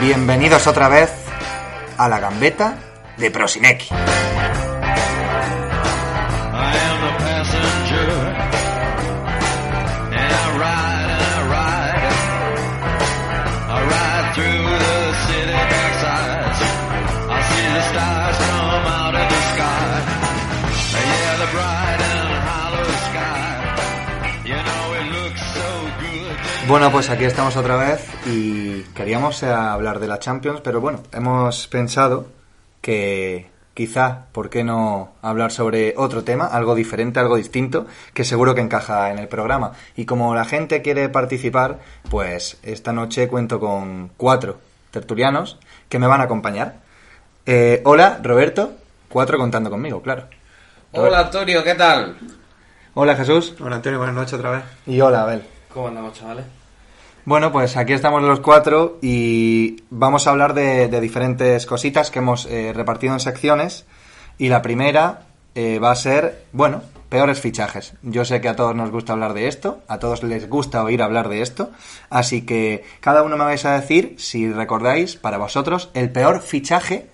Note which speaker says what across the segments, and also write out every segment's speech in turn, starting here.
Speaker 1: Bienvenidos otra vez a la gambeta de Prosineki.
Speaker 2: I am the passenger. And I ride and I ride. I ride through the city backsides. I see the stars come out of the sky. Yeah, the bright and hollow sky. You know it looks so good.
Speaker 1: Bueno, pues aquí estamos otra vez y queríamos eh, hablar de la Champions, pero bueno, hemos pensado que quizá, ¿por qué no hablar sobre otro tema, algo diferente, algo distinto, que seguro que encaja en el programa? Y como la gente quiere participar, pues esta noche cuento con cuatro tertulianos que me van a acompañar. Eh, hola, Roberto, cuatro contando conmigo, claro.
Speaker 3: Hola Antonio, ¿qué tal?
Speaker 1: Hola, Jesús.
Speaker 4: Hola Antonio, buenas noches otra vez.
Speaker 1: Y hola, Abel.
Speaker 3: ¿Cómo andamos, chavales?
Speaker 1: Bueno, pues aquí estamos los cuatro y vamos a hablar de, de diferentes cositas que hemos eh, repartido en secciones. Y la primera eh, va a ser, bueno, peores fichajes. Yo sé que a todos nos gusta hablar de esto, a todos les gusta oír hablar de esto. Así que cada uno me vais a decir, si recordáis, para vosotros, el peor fichaje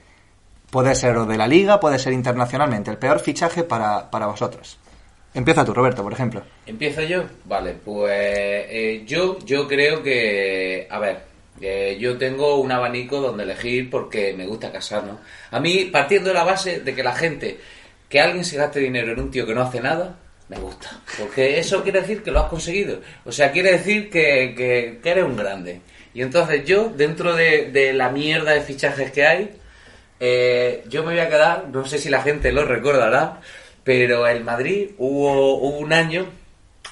Speaker 1: puede ser o de la liga, puede ser internacionalmente, el peor fichaje para, para vosotros. Empieza tú, Roberto, por ejemplo.
Speaker 3: ¿Empiezo yo? Vale, pues eh, yo, yo creo que... A ver, eh, yo tengo un abanico donde elegir porque me gusta casarnos. A mí, partiendo de la base de que la gente, que alguien se gaste dinero en un tío que no hace nada, me gusta. Porque eso quiere decir que lo has conseguido. O sea, quiere decir que, que- que eres un grande. Y entonces yo, dentro de, de la mierda de fichajes que hay, Eh, yo me voy a quedar, no sé si la gente lo recordará, pero el Madrid hubo, hubo un año.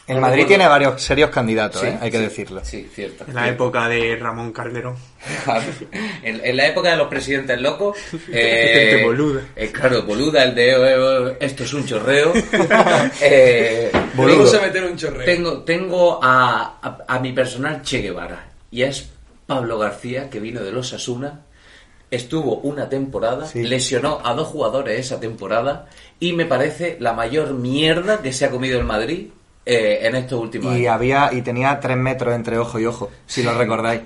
Speaker 1: El
Speaker 3: no
Speaker 1: Madrid
Speaker 3: recuerdo.
Speaker 1: tiene varios serios candidatos,
Speaker 3: Sí,
Speaker 1: ¿eh? hay que
Speaker 3: sí,
Speaker 1: decirlo.
Speaker 3: Sí, cierto.
Speaker 4: En la época de Ramón Calderón.
Speaker 3: en, en la época de los presidentes locos.
Speaker 4: Gente boluda.
Speaker 3: eh, claro, boluda, el de eh, eh, esto es un chorreo. eh,
Speaker 1: Boludo.
Speaker 3: vamos a meter un chorreo. Tengo, tengo a, a- a mi personal Che Guevara y es Pablo García, que vino de los Asuna. Estuvo una temporada,
Speaker 1: Sí.
Speaker 3: lesionó a dos jugadores esa temporada y me parece la mayor mierda que se ha comido el Madrid eh, en estos últimos
Speaker 1: Y
Speaker 3: años.
Speaker 1: había y tenía tres metros entre ojo y ojo, si lo recordáis.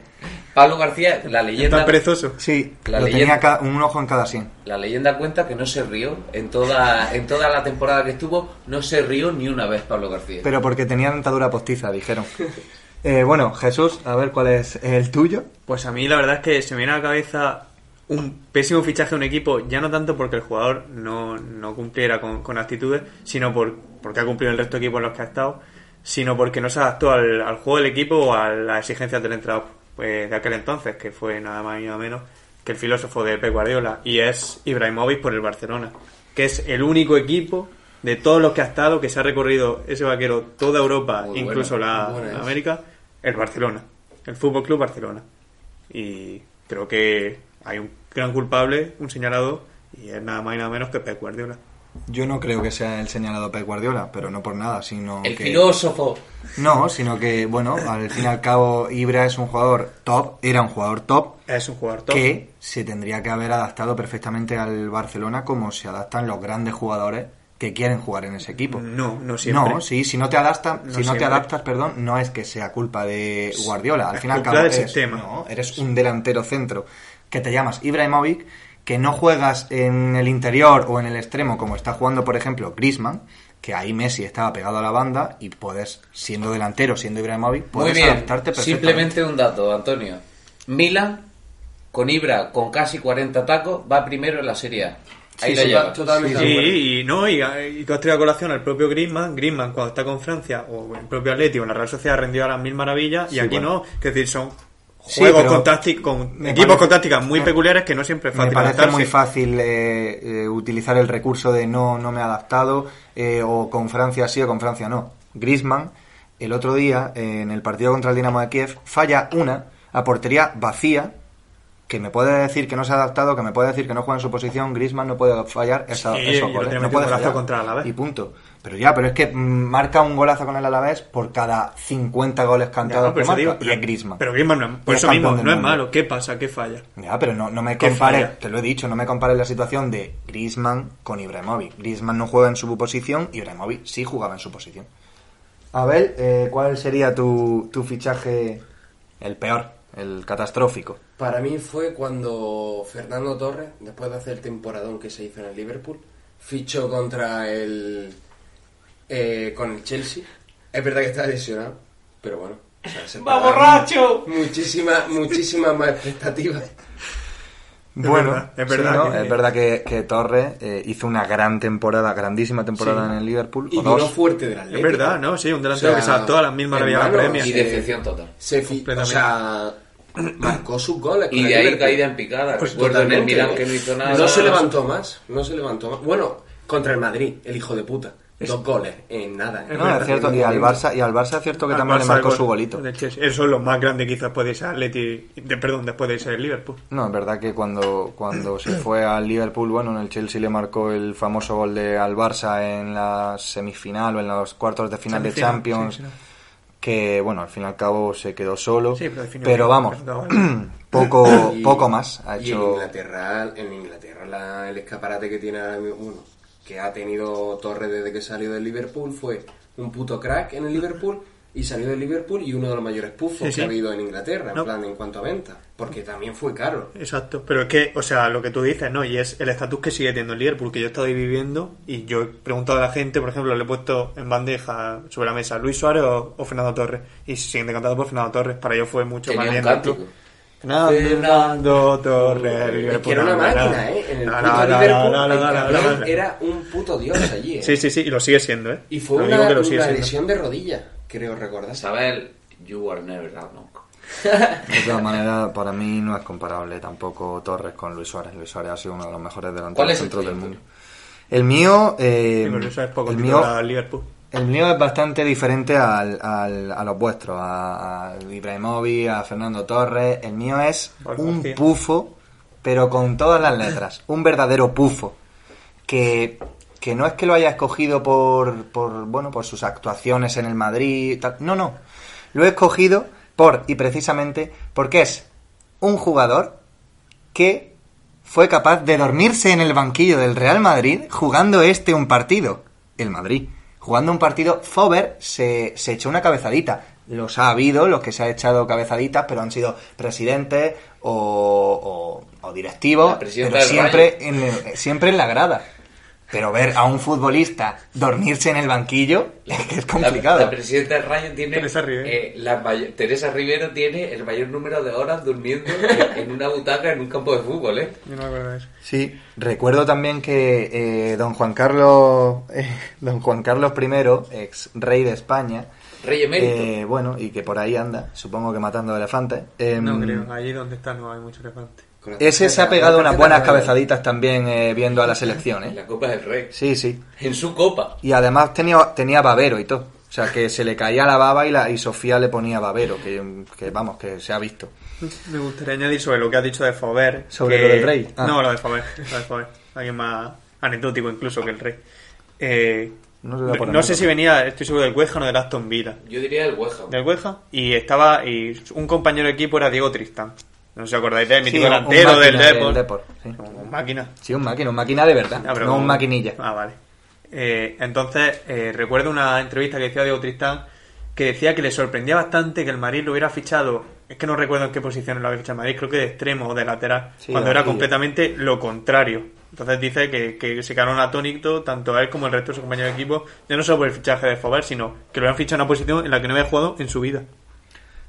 Speaker 3: Pablo García, la leyenda.
Speaker 4: Está perezoso.
Speaker 1: Sí,
Speaker 3: La
Speaker 1: lo
Speaker 3: leyenda.
Speaker 1: tenía ca- un ojo en cada 100.
Speaker 3: La leyenda cuenta que no se rió en toda, en toda la temporada que estuvo, no se rió ni una vez Pablo García.
Speaker 1: Pero porque tenía dentadura postiza, dijeron. Eh, bueno, Jesús, a ver cuál es el tuyo.
Speaker 4: Pues a mí la verdad es que se me viene a la cabeza un pésimo fichaje de un equipo, ya no tanto porque el jugador no, no cumpliera con, con actitudes, sino por, porque ha cumplido el resto de equipos en los que ha estado, sino porque no se adaptó al, al juego del equipo o a las exigencias del entrenador pues, de aquel entonces, que fue nada más y nada menos que el filósofo de Pep Guardiola, y es Ibrahimovic por el Barcelona, que es el único equipo de todos los que ha estado, que se ha recorrido ese vaquero toda Europa,
Speaker 3: Muy bueno,
Speaker 4: incluso la-
Speaker 3: muy bueno
Speaker 4: la
Speaker 3: eso.
Speaker 4: América, el Barcelona, el Fútbol Club Barcelona y creo que hay un gran culpable, un señalado, y es nada más y nada menos que Pep Guardiola.
Speaker 1: Yo no creo que sea el señalado Pep Guardiola, pero no por nada, sino
Speaker 3: el
Speaker 1: que...
Speaker 3: filósofo.
Speaker 1: No, sino que, bueno, al fin y al cabo, Ibra es un jugador top, era un jugador top,
Speaker 4: Es un jugador top.
Speaker 1: que se tendría que haber adaptado perfectamente al Barcelona como se adaptan los grandes jugadores que quieren jugar en ese equipo.
Speaker 4: No, no siempre.
Speaker 1: No, sí, si no te adaptas,
Speaker 4: No
Speaker 1: si no te
Speaker 4: siempre.
Speaker 1: adaptas, perdón, no es que sea culpa de Guardiola. Al
Speaker 4: Es
Speaker 1: final
Speaker 4: culpa del sistema.
Speaker 1: No, eres un delantero centro que te llamas Ibrahimovic, que no juegas en el interior o en el extremo como está jugando, por ejemplo, Griezmann, que ahí Messi estaba pegado a la banda y puedes, siendo delantero, siendo Ibrahimovic,
Speaker 3: Muy
Speaker 1: puedes
Speaker 3: bien.
Speaker 1: adaptarte perfectamente.
Speaker 3: Simplemente un dato, Antonio. Milan, con Ibra, con casi 40 tacos, va primero en la Serie A. Ahí
Speaker 5: Sí,
Speaker 3: lo
Speaker 5: sí,
Speaker 3: lleva.
Speaker 5: totalmente
Speaker 4: Sí,
Speaker 5: de acuerdo.
Speaker 4: y no, y, y tú has traído a colación al propio Griezmann, Griezmann cuando está con Francia o el propio Atlético en la Real Sociedad rendió a las mil maravillas y
Speaker 1: Sí,
Speaker 4: aquí
Speaker 1: bueno.
Speaker 4: no, que es decir, son
Speaker 1: Sí,
Speaker 4: juegos
Speaker 1: pero
Speaker 4: con, táctic- con
Speaker 1: me
Speaker 4: equipos
Speaker 1: parece-
Speaker 4: con tácticas muy
Speaker 1: me-
Speaker 4: peculiares que no siempre es
Speaker 1: Me
Speaker 4: fácil
Speaker 1: parece
Speaker 4: adaptarse.
Speaker 1: muy fácil eh, eh, utilizar el recurso de no, no me he adaptado, eh, o con Francia sí o con Francia no. Griezmann, el otro día, eh, en el partido contra el Dinamo de Kiev, falla una a portería vacía, que me puede decir que no se ha adaptado, que me puede decir que no juega en su posición, Griezmann no puede fallar esa,
Speaker 4: Sí,
Speaker 1: esos
Speaker 4: y lo
Speaker 1: goles,
Speaker 4: tiene
Speaker 1: no
Speaker 4: metido
Speaker 1: puede
Speaker 4: un golazo
Speaker 1: fallar.
Speaker 4: contra el Alavés.
Speaker 1: Y punto. Pero ya, pero es que mm, marca un golazo con el Alavés por cada 50 goles
Speaker 4: Ya,
Speaker 1: cantados
Speaker 4: no,
Speaker 1: que
Speaker 4: pero eso
Speaker 1: marca,
Speaker 4: digo,
Speaker 1: y es Griezmann.
Speaker 4: Pero Griezmann no es- por
Speaker 1: Y es
Speaker 4: eso mismo,
Speaker 1: campeón del
Speaker 4: no es
Speaker 1: mundo.
Speaker 4: malo. ¿Qué pasa? ¿Qué falla?
Speaker 1: Ya, pero no, no me
Speaker 4: Qué
Speaker 1: compares,
Speaker 4: falla.
Speaker 1: te lo he dicho, no me compares la situación de Griezmann con Ibrahimovic. Griezmann no juega en su posición, Ibrahimovic sí jugaba en su posición. Abel, eh, ¿cuál sería tu, tu fichaje el peor? el catastrófico.
Speaker 5: Para mí fue cuando Fernando Torres, después de hacer el temporadón que se hizo en el Liverpool, fichó contra el. eh, con el Chelsea. Es verdad que estaba lesionado, pero bueno. o sea, se
Speaker 6: ¡Va
Speaker 5: pagaron
Speaker 6: borracho!
Speaker 5: Muchísimas, muchísimas más expectativas.
Speaker 1: Bueno,
Speaker 4: verdad, es verdad
Speaker 1: ¿no?
Speaker 4: que-
Speaker 1: es verdad que, que Torre eh, hizo una gran temporada, grandísima temporada
Speaker 4: Sí.
Speaker 1: en el Liverpool.
Speaker 5: Y
Speaker 1: o
Speaker 5: duró
Speaker 1: dos.
Speaker 5: fuerte del
Speaker 4: Es
Speaker 5: Atlético.
Speaker 4: verdad, ¿no? Sí, un delantero
Speaker 5: O sea,
Speaker 4: que saltó a las mil maravillas de la
Speaker 5: hermano,
Speaker 4: premia.
Speaker 3: Y
Speaker 5: sí.
Speaker 3: decepción total.
Speaker 5: Se fi- o
Speaker 4: Completamente.
Speaker 5: sea, marcó sus goles. con
Speaker 3: Y de
Speaker 5: el
Speaker 3: ahí
Speaker 5: Liverpool.
Speaker 3: caída en picada.
Speaker 5: Pues
Speaker 3: Recuerdo en el
Speaker 5: totalmente,
Speaker 3: Milán
Speaker 5: ¿eh?
Speaker 3: que no hizo nada.
Speaker 5: No se levantó más, no se levantó más. Bueno, contra el Madrid, el hijo de puta. Dos goles en nada.
Speaker 1: No, es cierto, y al Barça, y al Barça es cierto que también le marcó su golito.
Speaker 4: Esos son los más grandes quizás puede ser Atleti, de- perdón, después de ser el Liverpool.
Speaker 1: No, es verdad que cuando, cuando se fue al Liverpool, bueno, en el Chelsea le marcó el famoso gol de al Barça en la semifinal o en los cuartos de final de
Speaker 4: Semifinal,
Speaker 1: Champions,
Speaker 4: sí, sí, no.
Speaker 1: que bueno, al fin y al cabo se quedó solo,
Speaker 4: Sí, pero al fin y al cabo
Speaker 1: vamos,
Speaker 4: resultado vale.
Speaker 1: poco, poco más ha
Speaker 5: Y en
Speaker 1: hecho.
Speaker 5: Inglaterra, en Inglaterra la- el escaparate que tiene ahora mismo, bueno, que ha tenido Torres desde que salió del Liverpool fue un puto crack en el Liverpool y salió del Liverpool y uno de los mayores pufos
Speaker 4: Sí,
Speaker 5: que
Speaker 4: sí.
Speaker 5: ha habido en Inglaterra,
Speaker 4: No.
Speaker 5: en plan en cuanto a venta, porque también fue caro.
Speaker 4: Exacto, pero es que, o sea, lo que tú dices, ¿no? Y es el estatus que sigue teniendo el Liverpool, que yo he estado ahí viviendo y yo he preguntado a la gente, por ejemplo, le he puesto en bandeja sobre la mesa Luis Suárez o, o Fernando Torres y se siguen decantando por Fernando Torres, para ellos fue mucho
Speaker 3: Tenía
Speaker 4: más
Speaker 3: un
Speaker 4: bien
Speaker 3: cántico.
Speaker 4: tú. Fernando, Fernando
Speaker 1: Eh,
Speaker 4: Torres,
Speaker 5: Es
Speaker 4: Liverpool,
Speaker 5: que era una
Speaker 4: la, la, la.
Speaker 5: máquina, ¿eh? En el
Speaker 4: La,
Speaker 5: puto
Speaker 4: la, la, la,
Speaker 5: Liverpool,
Speaker 4: la, la,
Speaker 5: el
Speaker 4: la, la,
Speaker 5: cabrón
Speaker 4: la.
Speaker 5: era un puto dios allí, ¿eh?
Speaker 4: Sí, sí, sí, y lo sigue siendo, ¿eh?
Speaker 5: Y fue
Speaker 4: Lo
Speaker 5: una,
Speaker 4: digo que lo
Speaker 5: una
Speaker 4: sigue siendo.
Speaker 5: lesión de rodilla, creo recordar.
Speaker 3: Isabel, you are never alone.
Speaker 1: De todas maneras, para mí no es comparable tampoco Torres con Luis Suárez. Luis Suárez ha sido uno de los mejores
Speaker 3: ¿Cuál
Speaker 1: delanteros
Speaker 3: es el
Speaker 1: centros del
Speaker 3: tuyo,
Speaker 1: mundo. El mío, eh,
Speaker 4: Sí, pero eso es poco
Speaker 1: el
Speaker 4: titular
Speaker 1: mío,
Speaker 4: al Liverpool.
Speaker 1: El mío es bastante diferente al, al- a los vuestros, a, a Ibrahimovic, a Fernando Torres. El mío es
Speaker 4: Paco
Speaker 1: un
Speaker 4: García.
Speaker 1: pufo, pero con todas las letras. Un verdadero pufo. Que, que no es que lo haya escogido por, por, bueno, por sus actuaciones en el Madrid. y tal. No, no. Lo he escogido por, y precisamente, porque es un jugador que fue capaz de dormirse en el banquillo del Real Madrid jugando este un partido. El Madrid. Jugando un partido, Fover se, se echó una cabezadita. Los ha habido, los que se ha echado cabezaditas, pero han sido presidentes o, o- o directivos,
Speaker 3: La presidenta
Speaker 1: pero
Speaker 3: del
Speaker 1: siempre en, el- siempre en la grada. Pero ver a un futbolista dormirse en el banquillo es que es complicado.
Speaker 3: La, la presidenta del Rayo tiene.
Speaker 4: Teresa Rivero.
Speaker 3: eh, la may- Teresa Rivero tiene el mayor número de horas durmiendo en- en una butaca en un campo de fútbol, ¿eh?
Speaker 4: Yo no me acuerdo de eso.
Speaker 1: Sí, recuerdo también que eh, don Juan Carlos, eh, don Juan Carlos I, ex rey de España,
Speaker 3: Rey emérito.
Speaker 1: eh, bueno, y que por ahí anda, supongo que matando elefantes. em,
Speaker 4: No creo, allí donde está no hay mucho elefante.
Speaker 5: Con la
Speaker 1: Ese se
Speaker 5: tarjeta-
Speaker 1: ha pegado
Speaker 5: la
Speaker 1: unas
Speaker 5: tarjeta
Speaker 1: buenas
Speaker 5: roja.
Speaker 1: cabezaditas también eh, viendo a la selección,
Speaker 3: en
Speaker 1: ¿eh?
Speaker 3: la Copa del Rey.
Speaker 1: Sí, sí.
Speaker 3: En su copa.
Speaker 1: Y además tenía, tenía babero y todo. O sea, que se le caía la baba y, la, y Sofía le ponía babero, que, que vamos, que se ha visto.
Speaker 4: Me gustaría añadir sobre lo que has dicho de Faber.
Speaker 1: ¿Sobre
Speaker 4: que-
Speaker 1: lo del rey? Ah.
Speaker 4: No, lo de Faber. Lo de Faber. Alguien más anecdótico incluso que el rey. Eh,
Speaker 1: No
Speaker 4: no
Speaker 1: se le va a poner
Speaker 4: no sé
Speaker 1: nada.
Speaker 4: si venía, estoy seguro, del Hueja o no del Aston Villa.
Speaker 3: Yo diría el Hueja.
Speaker 4: Del Hueja. Y estaba, y un compañero de equipo era Diego Tristán. No sé si acordáis de él, mi
Speaker 1: Sí, un- un
Speaker 4: delantero del
Speaker 1: máquina del
Speaker 4: Depor.
Speaker 1: Depor, sí.
Speaker 4: Un máquina.
Speaker 1: Sí, un máquina, un máquina de verdad,
Speaker 4: Ah, pero
Speaker 1: no
Speaker 4: como-
Speaker 1: un maquinilla.
Speaker 4: Ah, vale. Eh, entonces, eh, recuerdo una entrevista que decía Diego Tristán que decía que le sorprendía bastante que el Madrid lo hubiera fichado. Es que no recuerdo en qué posición lo había fichado el Madrid, creo que de extremo o de lateral,
Speaker 1: Sí,
Speaker 4: cuando era
Speaker 1: banquillo.
Speaker 4: completamente lo contrario. Entonces dice que, que se quedaron atónitos tanto él como el resto de sus compañeros de equipo, ya no solo por el fichaje de Fover, sino que lo habían fichado en una posición en la que no había jugado en su vida.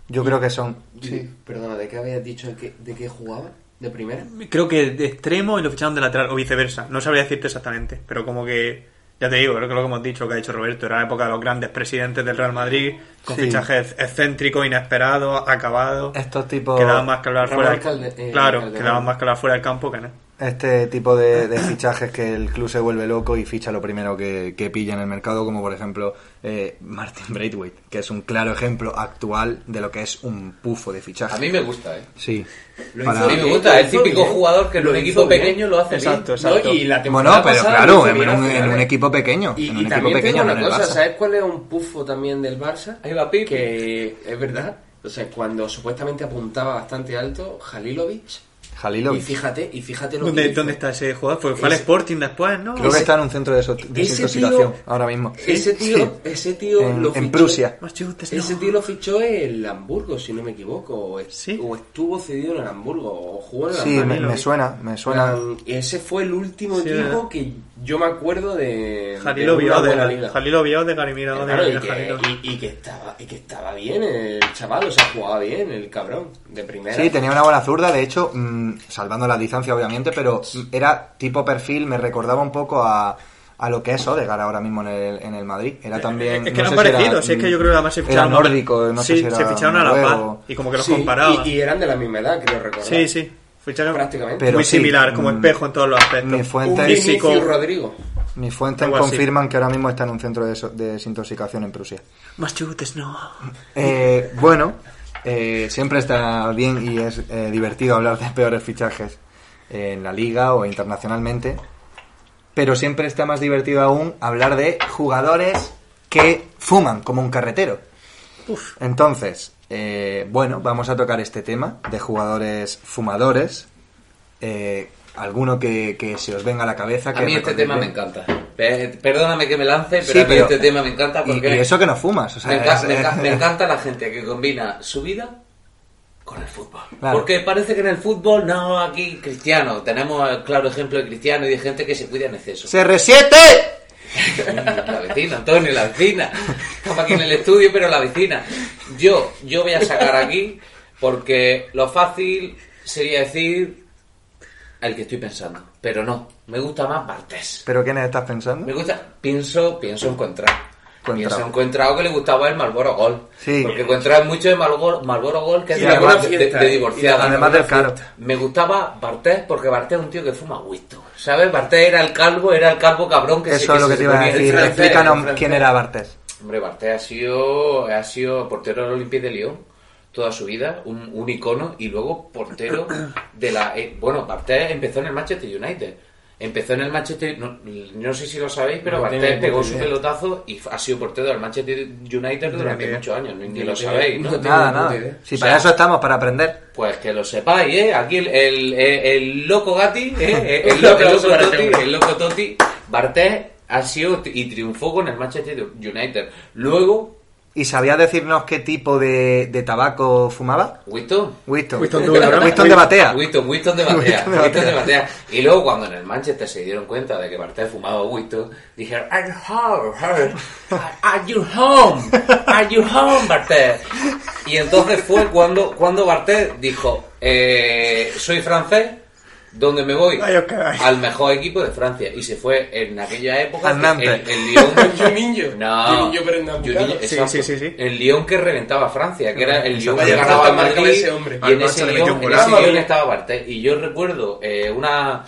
Speaker 1: Yo creo que son...
Speaker 5: Sí. Perdona, ¿de qué habías dicho que- de qué jugaba? ¿De primera?
Speaker 4: Creo que de extremo y lo ficharon de lateral, o viceversa. No sabría decirte exactamente, pero como que, ya te digo, creo que lo que hemos dicho, que ha dicho Roberto, era la época de los grandes presidentes del Real Madrid, con
Speaker 1: Sí.
Speaker 4: fichajes excéntricos, inesperados, acabados.
Speaker 1: Estos tipos...
Speaker 4: Que daban más que hablar
Speaker 5: Ramón
Speaker 4: fuera. del-
Speaker 5: Calde- eh,
Speaker 4: claro,
Speaker 5: Calderón.
Speaker 4: que daban más que hablar fuera del campo que nada.
Speaker 1: este tipo de, de fichajes que el club se vuelve loco y ficha lo primero que, que pilla en el mercado, como por ejemplo eh, Martin Braithwaite, que es un claro ejemplo actual de lo que es un pufo de fichaje.
Speaker 3: A mí me gusta, ¿eh?
Speaker 1: Sí.
Speaker 5: Lo
Speaker 1: Para-
Speaker 3: A
Speaker 5: hizo
Speaker 3: mí me
Speaker 5: bien,
Speaker 3: gusta.
Speaker 5: lo
Speaker 3: El
Speaker 5: hizo
Speaker 3: típico
Speaker 5: bien.
Speaker 3: jugador que en
Speaker 5: Lo
Speaker 3: un
Speaker 5: hizo
Speaker 3: equito
Speaker 5: bien.
Speaker 3: pequeño lo hace bien.
Speaker 4: Exacto, exacto.
Speaker 5: No, y la
Speaker 1: Bueno,
Speaker 5: temporada
Speaker 1: pero
Speaker 5: pasada
Speaker 1: claro,
Speaker 5: lo hizo
Speaker 1: en un,
Speaker 5: bien al
Speaker 1: en
Speaker 5: final,
Speaker 1: un
Speaker 5: ¿eh?
Speaker 1: equipo pequeño.
Speaker 5: Y,
Speaker 1: en
Speaker 5: y
Speaker 1: un equipo
Speaker 5: también te digo
Speaker 1: pequeño, no
Speaker 5: una
Speaker 1: en el
Speaker 5: cosa,
Speaker 1: Barça.
Speaker 5: ¿sabes cuál es un pufo también del Barça?
Speaker 3: Ahí va Pipi.
Speaker 5: Que es verdad. O sea, cuando supuestamente apuntaba bastante alto, Halilovic
Speaker 1: Halilovic.
Speaker 5: Y fíjate, y fíjate lo que
Speaker 4: ¿Dónde,
Speaker 5: hizo.
Speaker 4: dónde está ese jugador? Pues fue al
Speaker 5: Ese-
Speaker 4: Sporting después, ¿no?
Speaker 1: Creo que está en un centro de, so- de
Speaker 5: ese
Speaker 1: intoxicación
Speaker 5: tío-
Speaker 1: ahora mismo.
Speaker 5: Ese tío,
Speaker 1: Sí.
Speaker 5: ese tío
Speaker 1: En-
Speaker 5: lo
Speaker 1: en
Speaker 5: fichó.
Speaker 1: Prusia.
Speaker 4: Massachusetts,
Speaker 5: Ese
Speaker 4: no.
Speaker 5: tío lo fichó el Hamburgo, si no me equivoco. O, es-
Speaker 4: Sí.
Speaker 5: o estuvo cedido en el Hamburgo, o jugó en el
Speaker 1: Sí, me,
Speaker 5: Hamburgo.
Speaker 1: me suena, me suena.
Speaker 5: Um, Ese fue el último
Speaker 4: Sí,
Speaker 5: equipo
Speaker 4: ¿verdad?
Speaker 5: que yo me acuerdo de.
Speaker 4: Jalilo
Speaker 5: de una buena
Speaker 4: Biode,
Speaker 5: liga.
Speaker 4: Jalilo Biode, Garimira Biode,
Speaker 5: Claro, y,
Speaker 4: Garimira
Speaker 5: que,
Speaker 4: Jalilo.
Speaker 5: y- y que estaba, y que estaba bien el chaval, o sea, jugaba bien el cabrón, de primera.
Speaker 1: Sí, tenía una buena zurda, de hecho, mm, salvando la distancia obviamente, pero mm, era tipo perfil, me recordaba un poco a, a lo que es Odegar ahora mismo en el, en el Madrid. Era también...
Speaker 4: Eh, Es que
Speaker 1: no
Speaker 4: eran
Speaker 1: sé si era,
Speaker 4: parecidos, si es que yo creo que además se
Speaker 1: era
Speaker 4: ficharon.
Speaker 1: nórdico, no sé
Speaker 4: sí,
Speaker 1: si era
Speaker 4: se ficharon a la
Speaker 1: noruego.
Speaker 4: paz y como que los
Speaker 5: Sí,
Speaker 4: comparaban.
Speaker 5: Y, y eran de la misma edad, creo recordar.
Speaker 4: sí, sí, ficharon
Speaker 5: Prácticamente.
Speaker 1: Pero
Speaker 4: muy
Speaker 1: sí,
Speaker 4: similar, como
Speaker 1: mm,
Speaker 4: espejo en todos los aspectos.
Speaker 1: mi fuente-
Speaker 5: Un
Speaker 1: Fuentes-
Speaker 5: Vinicius
Speaker 4: físico.
Speaker 5: Rodrigo.
Speaker 1: Mis fuentes
Speaker 4: Algo así.
Speaker 1: confirman que ahora mismo está en un centro de, so- de desintoxicación en Prusia.
Speaker 4: Massachusetts, no.
Speaker 1: Eh, bueno, eh, siempre está bien y es eh, divertido hablar de peores fichajes en la liga o internacionalmente, pero siempre está más divertido aún hablar de jugadores que fuman como un carretero.
Speaker 4: Uf.
Speaker 1: Entonces, eh, bueno, vamos a tocar este tema de jugadores fumadores. Eh, alguno que, que se os venga a la cabeza. Ah, Que
Speaker 3: A mí este
Speaker 1: recordéis
Speaker 3: tema
Speaker 1: bien.
Speaker 3: me encanta. Pe- Perdóname que me lance, pero
Speaker 1: Sí,
Speaker 3: a mí
Speaker 1: pero-
Speaker 3: este tema me encanta
Speaker 1: Y,
Speaker 3: porque
Speaker 1: y eso que no fumas. O sea,
Speaker 3: me, enca-
Speaker 1: es-
Speaker 3: me enca-
Speaker 1: es-
Speaker 3: me encanta la gente que combina su vida con el fútbol.
Speaker 1: Claro.
Speaker 3: Porque parece que en el fútbol, no, aquí Cristiano, tenemos el claro ejemplo de Cristiano y de gente que se cuida en exceso.
Speaker 1: ¡CR7!
Speaker 3: La vecina, Antonio, la vecina. Estamos aquí en el estudio, pero la vecina. Yo, yo voy a sacar aquí porque lo fácil sería decir al que estoy pensando. Pero no, me gusta más Bartés.
Speaker 1: ¿Pero quién estás pensando?
Speaker 3: Me gusta, pienso, pienso encontrar.
Speaker 1: Contrao.
Speaker 3: Pienso encontrado que le gustaba el Malboro Gol.
Speaker 1: Sí.
Speaker 3: Porque encontraba mucho de Malboro, Marlboro Gol que
Speaker 1: Y
Speaker 3: es una
Speaker 1: además-
Speaker 3: cosa de, de divorciada.
Speaker 1: Además del caro.
Speaker 3: Me gustaba Bartés porque Bartés es un tío que fuma whisky. ¿Sabes? Bartés era el calvo, era el calvo cabrón que se-
Speaker 1: Eso es lo que
Speaker 3: se
Speaker 1: te iba a
Speaker 3: ponía el
Speaker 1: decir.
Speaker 3: francés, el
Speaker 1: Explícanos
Speaker 3: francés.
Speaker 1: quién era Bartes.
Speaker 3: Hombre, Barté ha sido, ha sido portero del Olympique de Lyon toda su vida, un, un icono, y luego portero de la... eh, bueno, Barté empezó en el Manchester United. Empezó en el Manchester... No, no sé si lo sabéis, pero
Speaker 5: No
Speaker 3: Barté
Speaker 5: tengo ni
Speaker 3: pegó
Speaker 5: puta
Speaker 3: su
Speaker 5: idea.
Speaker 3: pelotazo y ha sido portero del Manchester United durante
Speaker 4: idea.
Speaker 3: muchos años. Ni, ni
Speaker 5: No
Speaker 3: lo
Speaker 5: tengo-
Speaker 3: sabéis,
Speaker 5: no
Speaker 3: ¿no?
Speaker 5: tengo
Speaker 1: Nada,
Speaker 5: ni
Speaker 1: nada.
Speaker 5: puta idea.
Speaker 1: Si
Speaker 3: ¿eh? O
Speaker 1: para
Speaker 3: sea-
Speaker 1: eso estamos, para aprender.
Speaker 3: Pues que lo sepáis, ¿eh? Aquí el, el, el- el loco Gatti, ¿eh? el,
Speaker 5: Un
Speaker 3: loco,
Speaker 5: aplauso
Speaker 3: el loco
Speaker 5: para
Speaker 3: Totti,
Speaker 5: este hombre.
Speaker 3: el loco Totti, Bartés ha sido y triunfó con el Manchester United. Luego,
Speaker 1: ¿Y sabías decirnos qué tipo de, de tabaco fumaba?
Speaker 3: Winston,
Speaker 1: Winston.
Speaker 4: Winston de Batea.
Speaker 1: Winston de Batea.
Speaker 3: Winston, Winston de batea.
Speaker 1: Winston de
Speaker 3: Winston de
Speaker 1: batea.
Speaker 3: batea. Y luego cuando en el Manchester se dieron cuenta de que Bartel fumaba Winston, dijeron, Are you home? Are- Are you home? Are you home, Bartel? Y entonces fue cuando, cuando Bartel dijo, eh, soy francés, ¿dónde me voy?
Speaker 4: Ay, os cagáis.
Speaker 3: Al mejor equipo de Francia. Y se fue en aquella época.
Speaker 1: Al Nantes.
Speaker 3: El, el Lyon.
Speaker 5: Juninho.
Speaker 3: No.
Speaker 5: Juninho, pero en Nambucano.
Speaker 3: Juninho,
Speaker 4: Sí,
Speaker 3: exacto.
Speaker 4: sí, sí, sí.
Speaker 3: El Lyon que reventaba a Francia, que era el Lyon que
Speaker 5: Vaya
Speaker 3: ganaba
Speaker 5: falta
Speaker 3: al
Speaker 5: marca de
Speaker 3: Madrid.
Speaker 5: ese hombre.
Speaker 3: Y en
Speaker 4: Al Barça
Speaker 3: ese
Speaker 4: le
Speaker 3: Lyon,
Speaker 4: metió un
Speaker 3: en
Speaker 4: golazo.
Speaker 3: ese Lyon estaba Bartel. Y yo recuerdo eh, una,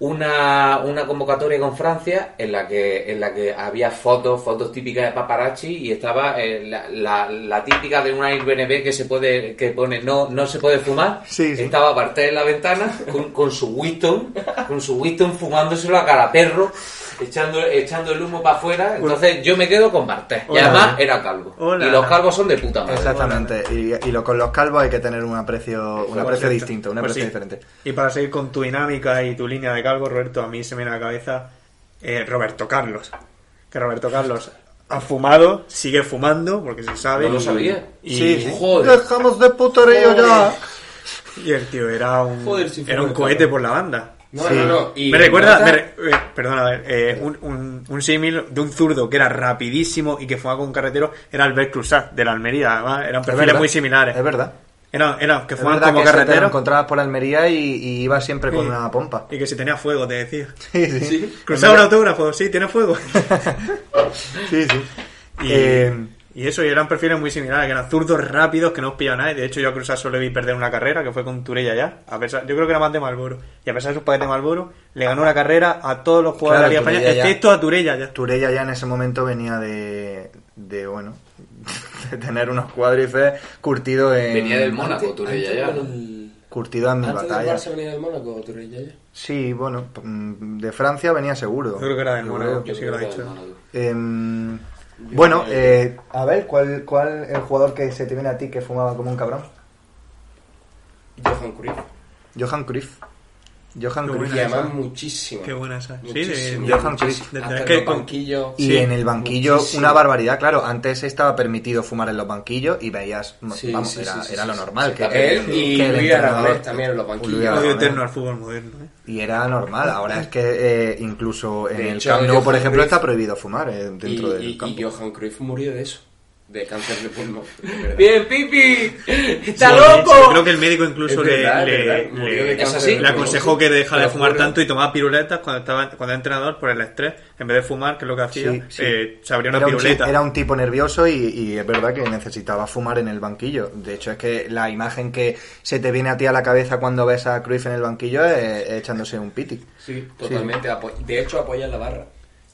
Speaker 3: una, una convocatoria con Francia en la que en la que había fotos, fotos típicas de paparazzi y estaba eh, la, la- la típica de una Airbnb que se puede que pone no no se puede fumar.
Speaker 1: Sí, sí.
Speaker 3: Estaba Bartel en la ventana con, con su Winston, con su Winston fumándoselo a cara perro, echando echando el humo para afuera. Entonces yo me quedo con Bartel. Y
Speaker 4: Hola.
Speaker 3: además era calvo.
Speaker 4: Hola.
Speaker 3: Y los calvos son de puta madre.
Speaker 1: Exactamente. Y, y lo, con los calvos hay que tener un aprecio, un aprecio
Speaker 4: Perfecto.
Speaker 1: distinto, un
Speaker 4: Pues
Speaker 1: aprecio
Speaker 4: sí.
Speaker 1: diferente.
Speaker 4: Y para seguir con tu dinámica y tu línea de calvo, Roberto, a mí se me viene a la cabeza eh, Roberto Carlos. Que Roberto Carlos ha fumado, sigue fumando, porque se sabe.
Speaker 3: No lo
Speaker 4: y-
Speaker 3: sabía.
Speaker 4: Y,
Speaker 1: Sí, sí.
Speaker 3: joder.
Speaker 1: Dejamos de puterío ya.
Speaker 4: y el tío era un,
Speaker 5: Joder, si fue
Speaker 4: era un
Speaker 5: Roberto
Speaker 4: cohete
Speaker 5: Carlos.
Speaker 4: por la banda.
Speaker 5: No, no, no. Y
Speaker 4: me recuerda,
Speaker 5: Morata-
Speaker 4: me re- eh, perdona, a ver, eh, un, un, un símil de un zurdo que era rapidísimo y que fumaba con un carretero, era Albert Cruzat, de la Almería, además, eran
Speaker 1: Es
Speaker 4: perfiles
Speaker 1: verdad.
Speaker 4: muy similares.
Speaker 1: Es verdad.
Speaker 4: Eran, eran que
Speaker 1: Es
Speaker 4: fumaban
Speaker 1: verdad
Speaker 4: como
Speaker 1: que se te lo
Speaker 4: carreteros
Speaker 1: encontrabas por Almería y, y ibas siempre con
Speaker 4: Sí.
Speaker 1: una pompa.
Speaker 4: y que si tenía fuego, te decía.
Speaker 1: Sí, sí.
Speaker 5: Sí.
Speaker 4: Cruzaba un autógrafo, sí, tiene fuego.
Speaker 1: Sí, sí.
Speaker 4: Y,
Speaker 1: Eh,
Speaker 4: y eso, y eran perfiles muy similares, que eran zurdos rápidos que no os pillaba nadie. De hecho, yo a Cruzat solo le vi perder una carrera, que fue con Turella ya. A pesar, yo creo que era más de Malboro. Y a pesar de sus padres de Malboro, le ganó una carrera a todos los
Speaker 1: Claro,
Speaker 4: jugadores de la Liga
Speaker 1: Turella
Speaker 4: Española,
Speaker 1: ya.
Speaker 4: excepto a Turella ya.
Speaker 1: Turella ya en ese momento venía de, de bueno, de tener unos cuádrices curtido
Speaker 4: Eh,
Speaker 1: en,
Speaker 3: Venía del Mónaco,
Speaker 5: Antes-
Speaker 3: Turella
Speaker 5: antes
Speaker 3: ya.
Speaker 5: con
Speaker 3: ¿no?
Speaker 5: el-
Speaker 1: curtido en mis
Speaker 5: Antes del
Speaker 1: batallas.
Speaker 5: Barça venía del Mónaco, Turella ya.
Speaker 1: Sí, bueno, p- mm, de Francia venía seguro.
Speaker 4: Yo creo que era del Mónaco,
Speaker 1: creo.
Speaker 4: yo sí que lo he dicho.
Speaker 1: Em, bueno, eh, a ver, ¿cuál, ¿cuál el jugador que se te viene a ti que fumaba como un cabrón?
Speaker 5: Johan Cruyff.
Speaker 1: Johan Cruyff. Johan
Speaker 4: Qué
Speaker 1: Cruyff.
Speaker 4: buena
Speaker 5: Y además
Speaker 4: esa.
Speaker 5: muchísimo.
Speaker 4: Qué buena esa. Sí,
Speaker 5: Muchísimo.
Speaker 4: de-
Speaker 1: Johan Cruyff.
Speaker 4: de-
Speaker 5: Hasta
Speaker 4: es
Speaker 5: en
Speaker 4: que
Speaker 5: los
Speaker 4: con-
Speaker 5: banquillos.
Speaker 1: Y
Speaker 4: Sí,
Speaker 1: en el banquillo,
Speaker 5: muchísimo.
Speaker 1: una barbaridad, claro. Antes estaba permitido fumar en los banquillos y veías,
Speaker 5: Sí,
Speaker 1: vamos,
Speaker 5: sí,
Speaker 1: era,
Speaker 5: sí, sí,
Speaker 1: era
Speaker 5: sí,
Speaker 1: lo
Speaker 5: sí.
Speaker 1: normal. Que,
Speaker 3: Está
Speaker 5: Él
Speaker 1: que
Speaker 5: y
Speaker 1: el
Speaker 5: Luis
Speaker 1: entrenador-
Speaker 5: Aragonés también en los banquillos.
Speaker 1: Luis
Speaker 4: Odio
Speaker 1: Aragonés.
Speaker 4: eterno al fútbol moderno. ¿eh?
Speaker 1: Y era normal. Ahora es que eh, incluso en
Speaker 5: De
Speaker 1: el
Speaker 5: hecho,
Speaker 1: Camp Nou,
Speaker 5: Johan
Speaker 1: por ejemplo,
Speaker 5: Cruyff-
Speaker 1: está prohibido fumar eh, dentro
Speaker 5: y,
Speaker 1: del
Speaker 5: y-
Speaker 1: campo.
Speaker 5: y Johan Cruyff murió de eso, de cáncer de pulmón. de verdad.
Speaker 3: ¡Bien, Pipi! ¡Está
Speaker 4: Sí,
Speaker 3: loco!
Speaker 4: sí, Creo que el médico incluso
Speaker 5: Es verdad,
Speaker 4: le,
Speaker 5: es
Speaker 4: le-
Speaker 5: verdad, murió
Speaker 4: le-
Speaker 5: de
Speaker 3: cáncer
Speaker 4: le
Speaker 3: de pulmón.
Speaker 4: aconsejó que dejara
Speaker 5: Te
Speaker 4: de
Speaker 5: lo
Speaker 4: fumar
Speaker 5: juro.
Speaker 4: tanto y tomaba piruletas cuando estaba cuando era entrenador por el estrés. En vez de fumar, que es lo que hacía,
Speaker 1: Sí, sí.
Speaker 4: eh, se abría una
Speaker 1: Era un, chi-
Speaker 4: piruleta.
Speaker 1: era un tipo nervioso y, y es verdad que necesitaba fumar en el banquillo. De hecho, es que la imagen que se te viene a ti a la cabeza cuando ves a Cruyff en el banquillo es es echándose un piti.
Speaker 5: Sí, totalmente. apo- De hecho, apoyar la barra.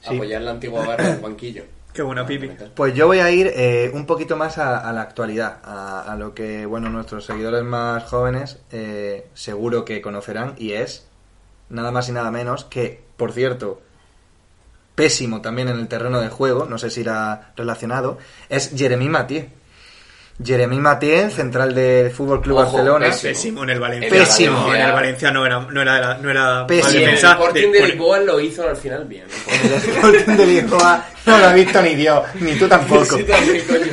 Speaker 1: Sí.
Speaker 5: Apoyar la antigua barra del banquillo.
Speaker 4: Qué buena pipi.
Speaker 1: Pues yo voy a ir eh, un poquito más a, a la actualidad, a, a lo que bueno nuestros seguidores más jóvenes eh, seguro que conocerán y es nada más y nada menos que, por cierto, pésimo también en el terreno de juego, no sé si irá relacionado, es Jeremy Mathieu. Jeremy Mathieu, central del Fútbol Club
Speaker 5: Ojo,
Speaker 1: Barcelona.
Speaker 5: pésimo.
Speaker 4: Pésimo en el Valencia.
Speaker 1: Pésimo.
Speaker 4: No, en el Valencia no era, no era, de la- no era
Speaker 1: Pésimo.
Speaker 4: mal
Speaker 5: Y el
Speaker 4: defensa.
Speaker 5: Sporting
Speaker 4: De-
Speaker 5: de
Speaker 4: por-
Speaker 5: Lisboa lo hizo al final bien.
Speaker 1: El
Speaker 5: ¿no?
Speaker 1: Sporting de Lisboa no lo ha visto ni Dios, ni tú tampoco.
Speaker 5: Sí, también, coño.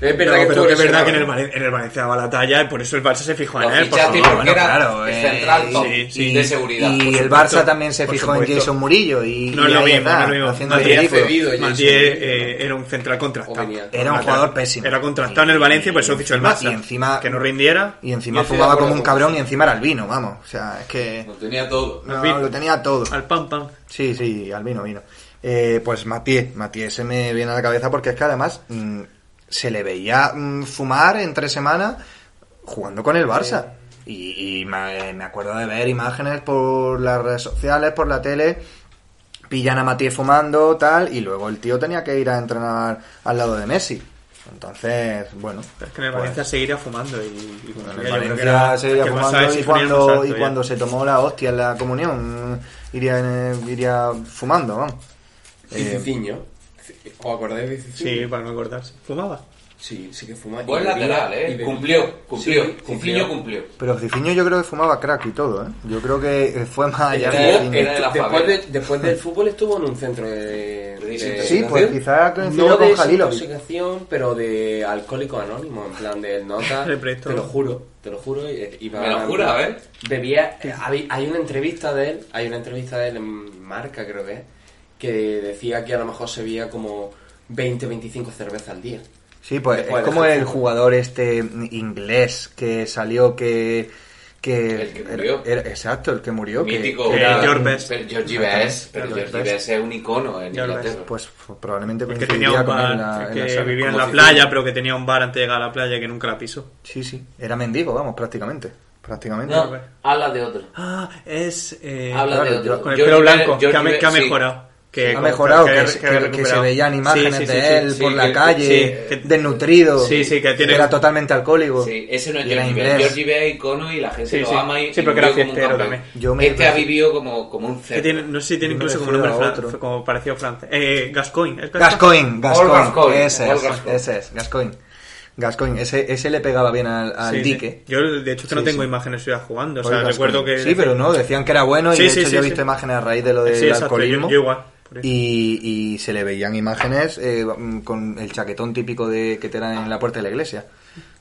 Speaker 5: Es
Speaker 4: No,
Speaker 5: verdad que
Speaker 4: pero
Speaker 5: estuvo
Speaker 4: que es verdad
Speaker 5: lesionado.
Speaker 4: que en el, Valen- en el Valencia daba la talla y por eso el Barça se fijó
Speaker 3: Lo
Speaker 4: en él. Por
Speaker 3: fichaste
Speaker 4: favor,
Speaker 3: porque
Speaker 1: bueno,
Speaker 3: era
Speaker 1: claro,
Speaker 3: el
Speaker 1: eh,
Speaker 3: central top
Speaker 4: sí, sí.
Speaker 3: de seguridad.
Speaker 1: Y
Speaker 3: por
Speaker 1: el
Speaker 3: supuesto.
Speaker 1: Barça también se
Speaker 4: por
Speaker 1: fijó en
Speaker 4: supuesto.
Speaker 1: Jason Murillo y,
Speaker 4: no
Speaker 1: y
Speaker 4: es lo
Speaker 1: ahí
Speaker 4: mismo,
Speaker 1: está,
Speaker 4: no es lo mismo.
Speaker 1: haciendo el
Speaker 4: Matié,
Speaker 1: ridículo.
Speaker 5: cedido, Jason
Speaker 4: Matié,
Speaker 5: Murillo.
Speaker 4: eh, era un central
Speaker 5: O venía.
Speaker 4: contrastado.
Speaker 1: Era un jugador pésimo.
Speaker 4: Era contrastado en el Valencia y por eso fichó el
Speaker 1: encima-
Speaker 4: Barça.
Speaker 1: y encima-
Speaker 4: que no rindiera.
Speaker 1: Y encima
Speaker 5: Yo estoy de
Speaker 1: fumaba
Speaker 5: acuerdo
Speaker 1: como un
Speaker 5: con
Speaker 1: cabrón
Speaker 5: eso.
Speaker 1: y encima era albino, vamos. O sea, es que
Speaker 3: Lo tenía todo.
Speaker 1: no,
Speaker 4: Albino.
Speaker 1: lo tenía todo.
Speaker 4: Al pam pam.
Speaker 1: Sí, sí, albino vino. Eh, pues Matié, Matié se me viene a la cabeza porque es que además mm, se le veía mm, fumar entre semana jugando con el Barça. Y, y me, me acuerdo de ver imágenes por las redes sociales, por la tele, pillan a Matié fumando, tal, y luego el tío tenía que ir a entrenar al lado de Messi. Entonces, bueno.
Speaker 4: Es que en el
Speaker 1: pues-
Speaker 4: Valencia seguiría fumando y, y
Speaker 1: en el
Speaker 4: cumplía. Yo creo que
Speaker 1: Valencia
Speaker 4: era-
Speaker 1: seguía
Speaker 4: que el Barça
Speaker 1: fumando y
Speaker 4: exigía
Speaker 1: cuando,
Speaker 4: más alto
Speaker 1: y
Speaker 4: ya.
Speaker 1: cuando se tomó la hostia en la comunión mm, iría, en- iría fumando, vamos.
Speaker 5: Y
Speaker 3: Eh,
Speaker 5: Cicinho. ¿Os acordáis de Cicinho?
Speaker 4: Sí, para no acordarse. Fumaba.
Speaker 5: Sí, sí que fumaba.
Speaker 3: Buen
Speaker 5: Y bebía,
Speaker 3: lateral,
Speaker 5: y
Speaker 3: ¿eh?
Speaker 5: bebía.
Speaker 3: Cumplió, cumplió.
Speaker 5: Sí,
Speaker 3: Cicinho cumplió.
Speaker 1: Pero Cicinho yo creo que fumaba crack y todo, ¿eh? Yo creo que eh, fue más allá
Speaker 3: Era-
Speaker 1: de
Speaker 3: era
Speaker 1: Cicinho.
Speaker 3: de la
Speaker 5: después,
Speaker 3: favela.
Speaker 5: de- después del fútbol estuvo en un centro de, de-
Speaker 1: Sí, pues quizá coincidió
Speaker 5: no
Speaker 1: con
Speaker 5: de
Speaker 1: Halilovic.
Speaker 5: intoxicación, pero de alcohólico anónimo, en plan de nota.
Speaker 4: Le presto.
Speaker 5: te lo juro, te lo juro. y- y va
Speaker 3: Me lo
Speaker 5: ganando.
Speaker 3: jura, a ver.
Speaker 5: Bebía, eh, hay, hay una entrevista de él, hay una entrevista de él en Marca, creo que es, que decía que a lo mejor se veía como 20, 25 cervezas al día.
Speaker 1: Sí, pues
Speaker 5: Después
Speaker 1: es
Speaker 5: de
Speaker 1: como
Speaker 5: dejar
Speaker 1: el
Speaker 5: fútbol.
Speaker 1: jugador este inglés que salió que... que
Speaker 3: El que murió.
Speaker 1: era- era- exacto, el que murió. que-
Speaker 3: Mítico.
Speaker 1: que
Speaker 4: Eh,
Speaker 1: era-
Speaker 4: George Best.
Speaker 3: Pero Georgie Best, pero
Speaker 1: George
Speaker 3: Georgie Best es un icono en
Speaker 4: George
Speaker 3: Inglaterra.
Speaker 1: Pues f- probablemente
Speaker 4: El que tenía
Speaker 1: coincidía
Speaker 4: un
Speaker 1: con él en
Speaker 4: bar,
Speaker 1: la,
Speaker 4: el
Speaker 1: en la
Speaker 4: que
Speaker 1: sala.
Speaker 4: vivía en
Speaker 3: como
Speaker 4: la
Speaker 3: si-
Speaker 4: playa, pero que tenía un bar antes de llegar a la playa que nunca la pisó.
Speaker 1: Sí, sí, era mendigo, vamos, prácticamente. Prácticamente.
Speaker 3: No, habla de otro.
Speaker 4: Ah, es. eh,
Speaker 3: Habla
Speaker 1: claro,
Speaker 3: de
Speaker 1: yo-
Speaker 3: otro.
Speaker 4: con el
Speaker 3: Georgie
Speaker 4: pelo
Speaker 3: Best-
Speaker 4: blanco, que ha, me-
Speaker 3: Georgie
Speaker 4: que ha
Speaker 3: Best, sí.
Speaker 4: mejorado. Que,
Speaker 1: ha mejorado,
Speaker 4: que-
Speaker 1: que,
Speaker 4: que
Speaker 1: se-
Speaker 4: ha
Speaker 1: que- que se
Speaker 4: recuperado.
Speaker 1: veían imágenes
Speaker 4: Sí, sí,
Speaker 1: de
Speaker 4: sí,
Speaker 1: él
Speaker 4: sí,
Speaker 1: por
Speaker 4: sí,
Speaker 1: la
Speaker 4: que-
Speaker 1: calle,
Speaker 4: sí, que-
Speaker 1: desnutrido,
Speaker 4: Sí, sí, que tiene-
Speaker 1: era totalmente alcohólico.
Speaker 3: Sí, ese no es
Speaker 1: y era
Speaker 3: Georgie Best.
Speaker 1: inglés.
Speaker 3: Georgie Best es icono y la gente
Speaker 4: Sí,
Speaker 3: lo
Speaker 4: sí.
Speaker 3: ama. Y,
Speaker 4: Sí,
Speaker 3: y
Speaker 4: pero que era
Speaker 3: vive como un
Speaker 4: fiestero
Speaker 3: campeón.
Speaker 1: también. Yo me
Speaker 3: este ha
Speaker 1: refiero-
Speaker 3: vivido como, como un
Speaker 4: Que
Speaker 3: cerdo.
Speaker 4: tiene, no sé si tiene
Speaker 1: Yo me
Speaker 4: incluso como
Speaker 1: refiero
Speaker 4: nombre
Speaker 1: a
Speaker 4: fran-
Speaker 1: otro.
Speaker 4: como parecido francés. Eh, Gascoigne. ¿es
Speaker 1: Gascoigne, Gascoigne,
Speaker 3: Gascoigne,
Speaker 1: ese
Speaker 3: All
Speaker 1: es,
Speaker 3: Gascoigne.
Speaker 1: ese es, Gascoigne. Gascoigne, ese, ese le pegaba bien al, al
Speaker 4: Sí, sí.
Speaker 1: dique.
Speaker 4: Yo, de hecho, es que no
Speaker 1: Sí,
Speaker 4: tengo
Speaker 1: sí.
Speaker 4: imágenes suyas jugando. O
Speaker 1: All
Speaker 4: sea,
Speaker 1: Gascoigne.
Speaker 4: recuerdo que.
Speaker 1: Sí, pero no, decían que era bueno y
Speaker 4: Sí,
Speaker 1: de
Speaker 4: sí,
Speaker 1: hecho
Speaker 4: sí,
Speaker 1: yo he
Speaker 4: sí.
Speaker 1: visto imágenes a raíz de lo del
Speaker 4: Sí, exacto,
Speaker 1: alcoholismo.
Speaker 4: yo- yo igual, por eso.
Speaker 1: Y, y se le veían imágenes eh, con el chaquetón típico de que te dan en la puerta de la iglesia.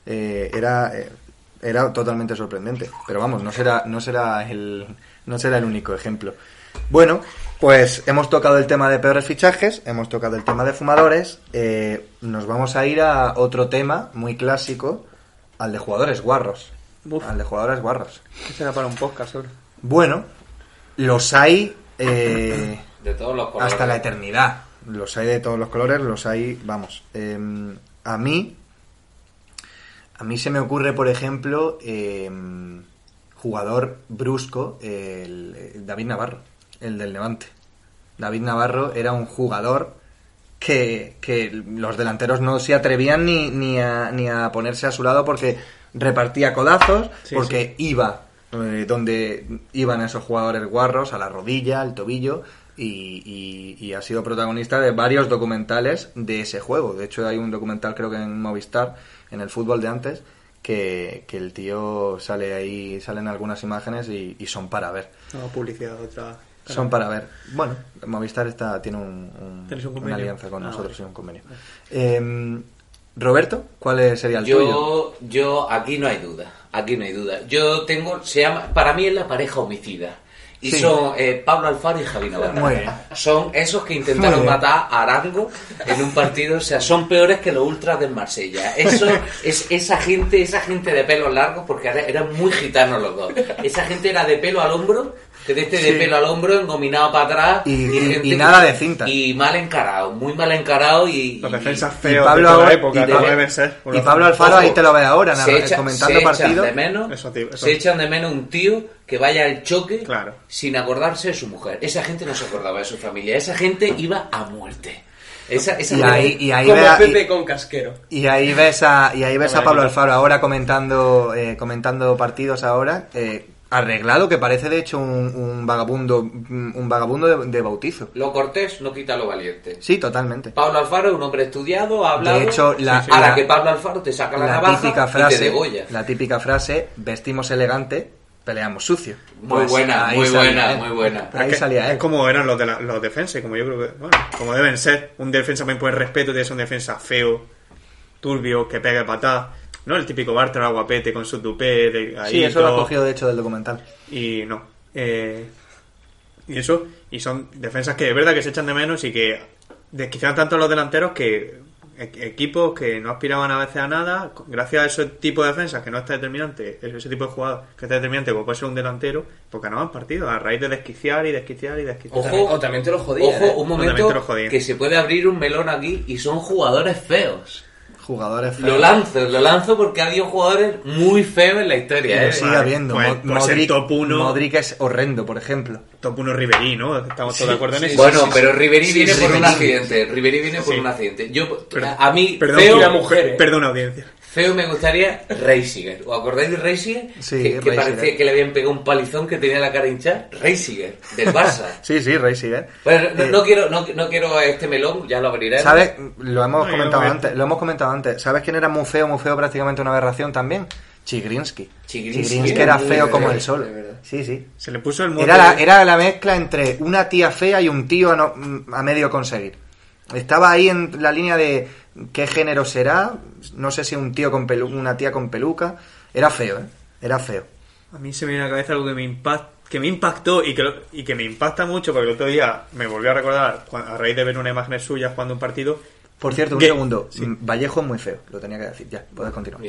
Speaker 1: Eh, era eh, era totalmente sorprendente. Pero vamos, no será no será el no será el único ejemplo. Bueno, pues hemos tocado el tema de peores fichajes, hemos tocado el tema de fumadores. eh, nos vamos a ir a otro tema muy clásico, al de jugadores guarros.
Speaker 4: Uf.
Speaker 1: Al de jugadores guarros.
Speaker 4: Eso era para un podcast solo.
Speaker 1: Bueno, los hay eh,
Speaker 3: De todos los colores.
Speaker 1: hasta la eternidad. Los hay de todos los colores, los hay, vamos. Eh, a mí, a mí se me ocurre, por ejemplo, eh, jugador brusco, el, el David Navarro, el del Levante. David Navarro era un jugador que, que los delanteros no se atrevían ni, ni, a, ni a ponerse a su lado porque repartía codazos,
Speaker 4: Sí,
Speaker 1: porque iba eh, donde iban esos jugadores guarros, a la rodilla, al tobillo, y, y- y ha sido protagonista de varios documentales de ese juego. De hecho, hay un documental creo que en Movistar, en el fútbol de antes, que, que el tío sale ahí, salen algunas imágenes y, y son para ver.
Speaker 4: No, publicidad otra.
Speaker 1: Son para ver. Bueno, Movistar está, tiene un- un-
Speaker 4: ¿Tenéis un
Speaker 1: una
Speaker 4: convenio?
Speaker 1: alianza con
Speaker 4: Ah,
Speaker 1: nosotros
Speaker 4: vale.
Speaker 1: y un convenio. Eh, Roberto, ¿cuál sería el tuyo?
Speaker 3: Yo, yo, aquí no hay duda, aquí no hay duda. Yo tengo, se llama, para mí es la pareja homicida. Y
Speaker 1: Sí.
Speaker 3: son eh, Pablo Alfaro y Javi Navarro.
Speaker 1: Muy bien.
Speaker 3: Son esos que
Speaker 1: Muy
Speaker 3: intentaron
Speaker 1: bien.
Speaker 3: matar a Arango en un partido, o sea, son peores que los ultras del Marsella. Eso es esa gente, esa gente de pelo largo, porque era- eran muy gitanos los dos. Esa gente era de pelo al hombro, que de este de
Speaker 4: Sí.
Speaker 3: pelo al hombro, engominado para atrás
Speaker 1: Y- y-
Speaker 3: gente
Speaker 1: y
Speaker 3: que-
Speaker 1: nada de cinta.
Speaker 3: Y mal encarado, muy mal encarado y
Speaker 4: Los
Speaker 3: y-
Speaker 4: defensas
Speaker 1: y
Speaker 4: feos
Speaker 1: Pablo
Speaker 4: de toda
Speaker 1: ahora-
Speaker 4: la
Speaker 1: y
Speaker 4: época,
Speaker 1: de-
Speaker 4: como deben ser.
Speaker 1: y Pablo Alfaro ahí te lo ve ahora,
Speaker 3: se
Speaker 1: narra-
Speaker 3: echa-
Speaker 1: comentando
Speaker 3: se
Speaker 1: partido.
Speaker 3: Echan de menos,
Speaker 4: Eso, tío, eso.
Speaker 3: Se echan de menos un tío que vaya al choque
Speaker 4: Claro.
Speaker 3: sin acordarse de su mujer. Esa gente no se acordaba de su familia. Esa gente iba a muerte. Esa, esa
Speaker 1: Y
Speaker 3: gente-
Speaker 1: ahí, y ahí
Speaker 5: Como
Speaker 1: ve a-
Speaker 5: Pepe con casquero.
Speaker 1: Y ahí ves a, y ahí ves a
Speaker 4: Hombre,
Speaker 1: Pablo
Speaker 4: aquí-
Speaker 1: Alfaro ahora comentando, eh, comentando partidos ahora, eh, arreglado, que parece de hecho un, un vagabundo, un vagabundo de, de bautizo.
Speaker 3: Lo cortés no quita lo valiente.
Speaker 1: Sí, totalmente.
Speaker 3: Pablo Alfaro es un hombre estudiado, ha hablado.
Speaker 1: De hecho, la-
Speaker 3: a la,
Speaker 1: la-
Speaker 3: que Pablo Alfaro te saca la,
Speaker 1: La
Speaker 3: navaja
Speaker 1: típica
Speaker 3: y te
Speaker 1: frase,
Speaker 3: degolla.
Speaker 1: la típica frase, vestimos elegante, peleamos sucio.
Speaker 3: Muy
Speaker 1: Pues
Speaker 3: buena,
Speaker 1: ahí
Speaker 3: muy buena,
Speaker 1: él.
Speaker 3: muy buena.
Speaker 1: Ahí
Speaker 4: Es que-
Speaker 1: salía ¿eh? él.
Speaker 4: Es como eran los de la- los defensas, como yo creo que, bueno, como deben ser. Un defensa me impone respeto, tienes un defensa feo, turbio, que pega patá. No el típico Bartra guapete con su tupé de ahí
Speaker 1: Sí, eso lo ha
Speaker 4: todo.
Speaker 1: cogido de hecho del documental.
Speaker 4: Y no. eh, y eso, y son defensas que es verdad que se echan de menos y que desquician tanto a los delanteros que e- equipos que no aspiraban a veces a nada, gracias a ese tipo de defensas que no está determinante, ese tipo de jugadas que está determinante como puede ser un delantero, porque ganaban partidos a raíz de desquiciar y desquiciar y desquiciar.
Speaker 3: Ojo.
Speaker 5: O también te lo jodía.
Speaker 3: Ojo,
Speaker 5: ¿eh?
Speaker 3: un
Speaker 4: No, también te lo
Speaker 3: momento
Speaker 4: jodía.
Speaker 3: que se puede abrir un melón aquí y son jugadores feos.
Speaker 1: Jugadores
Speaker 3: Lo
Speaker 1: feos.
Speaker 3: lanzo, lo lanzo porque ha habido jugadores muy feos en la historia.
Speaker 1: Lo
Speaker 3: ¿eh?
Speaker 1: sigue
Speaker 4: Vale,
Speaker 1: habiendo.
Speaker 4: pues-
Speaker 1: Mo-
Speaker 4: pues el
Speaker 1: Modric-
Speaker 4: top uno.
Speaker 1: Modric es horrendo, por ejemplo.
Speaker 4: Top 1 Riverí, ¿no? Estamos todos de acuerdo en eso.
Speaker 3: Bueno, pero Riverí
Speaker 1: Sí,
Speaker 3: viene
Speaker 1: sí,
Speaker 3: por un
Speaker 1: Ribery.
Speaker 3: accidente. Riverí viene por
Speaker 4: Sí.
Speaker 3: un accidente. Yo,
Speaker 4: Perdón.
Speaker 3: a mí,
Speaker 4: Perdón,
Speaker 3: feo,
Speaker 5: la mujer, ¿eh?
Speaker 4: perdón, audiencia.
Speaker 3: feo me gustaría Reisiger. ¿Os acordáis de Reisiger?
Speaker 1: Sí,
Speaker 3: que, que
Speaker 1: Reisiger.
Speaker 3: parecía que le habían pegado un palizón que tenía la cara hinchada. Reisiger, del Barça.
Speaker 1: Sí, sí, Rey sigue.
Speaker 3: Bueno, no,
Speaker 1: Eh,
Speaker 3: no quiero, no, no quiero este melón, ya lo abriré.
Speaker 1: ¿Sabes? Lo hemos
Speaker 4: No, yo
Speaker 1: comentado
Speaker 4: no voy a-
Speaker 1: antes. Lo hemos comentado antes. ¿Sabes quién era muy feo, muy feo, prácticamente una aberración también? Chigrinsky.
Speaker 3: Chigrinsky.
Speaker 1: Chigrinsky era
Speaker 5: Muy
Speaker 1: feo
Speaker 5: feo,
Speaker 1: como el
Speaker 5: de
Speaker 1: sol.
Speaker 5: verdad.
Speaker 1: Sí, sí.
Speaker 4: Se le puso el mote-
Speaker 1: Era la, era la mezcla entre una tía fea y un tío a, no- a medio conseguir. Estaba ahí en la línea de qué género será. No sé si un tío con pelu una tía con peluca. Era feo, ¿eh? Era feo.
Speaker 4: A mí se me viene a la cabeza algo que me, impact, que me impactó y que, lo- y que me impacta mucho porque el otro día me volvió a recordar cua- a raíz de ver una imagen suya jugando un partido.
Speaker 1: Por cierto, un
Speaker 4: Ge-
Speaker 1: segundo.
Speaker 4: sí.
Speaker 1: Mm, Vallejo es muy feo. Lo tenía que decir. Ya, puedes continuar.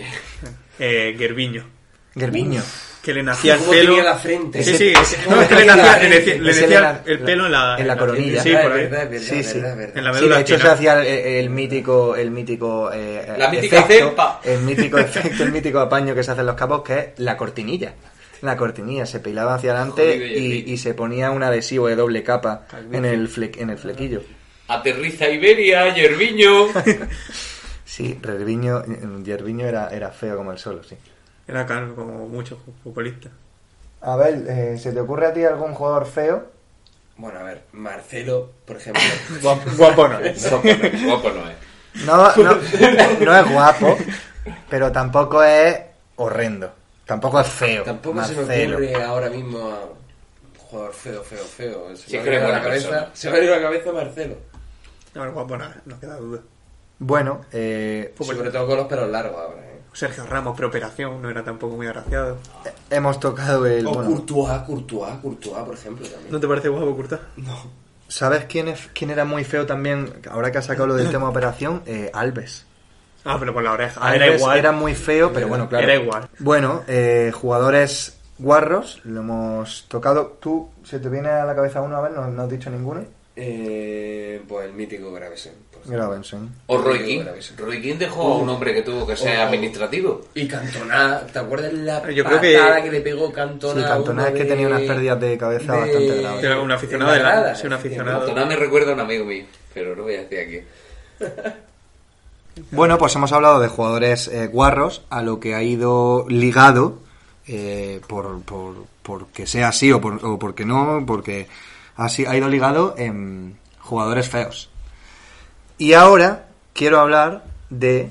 Speaker 4: Eh, Gerviño.
Speaker 1: Gerviño.
Speaker 4: Que le nacía el
Speaker 5: ¿Cómo
Speaker 4: pelo.
Speaker 5: tenía la frente?
Speaker 4: Sí,
Speaker 1: Ese-
Speaker 4: sí.
Speaker 1: ese-
Speaker 4: no, es que le nacía, le decía, le
Speaker 1: Ese
Speaker 4: decía
Speaker 1: le na-
Speaker 4: el pelo en la,
Speaker 1: en la coronilla.
Speaker 4: Sí,
Speaker 5: Ah, es
Speaker 4: por ahí.
Speaker 5: verdad, es verdad,
Speaker 1: Sí, sí.
Speaker 5: verdad, verdad.
Speaker 4: En la
Speaker 1: Sí,
Speaker 4: médula
Speaker 1: de hecho se
Speaker 4: espinal.
Speaker 1: hacía el, el mítico, el mítico, eh, eh,
Speaker 3: La mítica
Speaker 1: efecto,
Speaker 3: cepa.
Speaker 1: el mítico efecto, el mítico apaño que se hacen los capos, que es la cortinilla. La cortinilla se peilaba hacia adelante
Speaker 3: Jodido,
Speaker 1: y,
Speaker 3: Jordi.
Speaker 1: y se ponía un adhesivo de doble capa en el, fle- en el flequillo.
Speaker 3: Aterriza Iberia, Yerviño.
Speaker 1: Sí, Yerviño, Yerviño era, era feo como el solo, sí.
Speaker 4: Era claro, como muchos futbolistas.
Speaker 1: A ver, eh, ¿se te ocurre a ti algún jugador feo?
Speaker 5: Bueno, a ver, Marcelo, por ejemplo.
Speaker 4: Guapo, guapo no.
Speaker 3: Guapo pues no- guapo no es.
Speaker 1: No, no, no es guapo, pero tampoco es horrendo. Tampoco es feo.
Speaker 5: Tampoco se me
Speaker 1: Marcelo.
Speaker 5: ocurre ahora mismo a un jugador feo, feo, feo. Se
Speaker 3: Sí,
Speaker 5: me ha
Speaker 3: creo
Speaker 5: venido
Speaker 3: que
Speaker 5: a la
Speaker 3: buena
Speaker 5: cabeza.
Speaker 3: persona.
Speaker 5: Se me ha venido a la cabeza Marcelo.
Speaker 4: No, guapo no, no queda duda.
Speaker 1: Bueno, eh,
Speaker 5: Sobre todo con los pelos largos ahora, ¿eh?
Speaker 4: Sergio Ramos, preoperación, no era tampoco muy agraciado.
Speaker 1: Hemos tocado el.
Speaker 5: O
Speaker 4: Oh,
Speaker 1: bueno,
Speaker 5: Courtois, Courtois, Courtois, por ejemplo, también.
Speaker 4: ¿No te parece guapo, Curta?
Speaker 1: ¿Sabes quién, es, quién era muy feo también? Ahora que has sacado lo del tema operación, eh, Alves.
Speaker 4: Ah, pero por la oreja. Ah,
Speaker 1: Alves
Speaker 4: era igual.
Speaker 1: Era muy feo, pero bueno, claro.
Speaker 4: Era igual.
Speaker 1: Bueno, eh, jugadores guarros, lo hemos tocado. ¿Tú, se te viene a la cabeza uno? A ver, no, no has dicho ninguno.
Speaker 5: Eh, pues el mítico Gravesen. por ejemplo.
Speaker 1: Gravensen.
Speaker 3: O Roy
Speaker 5: Yo
Speaker 3: King.
Speaker 5: creo que sí.
Speaker 3: Roy King dejó a un hombre que tuvo que ser
Speaker 5: Oh.
Speaker 3: administrativo.
Speaker 5: Y Cantona, ¿te acuerdas la
Speaker 4: Yo creo que-
Speaker 5: patada que... le pegó Cantona?
Speaker 1: Sí, Cantona
Speaker 5: a
Speaker 1: es que
Speaker 5: uno
Speaker 1: tenía unas pérdidas de cabeza bastante graves.
Speaker 4: Era un aficionado
Speaker 5: de
Speaker 4: de
Speaker 5: la
Speaker 4: la-
Speaker 5: grada,
Speaker 4: sí, un aficionado.
Speaker 5: efectivamente.
Speaker 3: Cantona me recuerda a un amigo mío, pero no voy a decir aquí.
Speaker 1: Bueno, pues hemos hablado de jugadores eh, guarros, a lo que ha ido ligado, eh, por, por- porque sea así o, por- o porque no, porque ha, si- ha ido ligado en jugadores feos. Y ahora quiero hablar de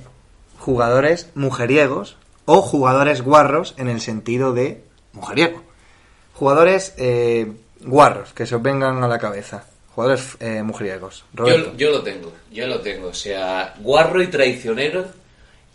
Speaker 1: jugadores mujeriegos o jugadores guarros en el sentido de mujeriego. Jugadores eh, guarros que se os vengan a la cabeza. Jugadores eh, mujeriegos. Roberto.
Speaker 3: Yo, yo lo tengo, yo lo tengo. O sea, guarro y traicionero,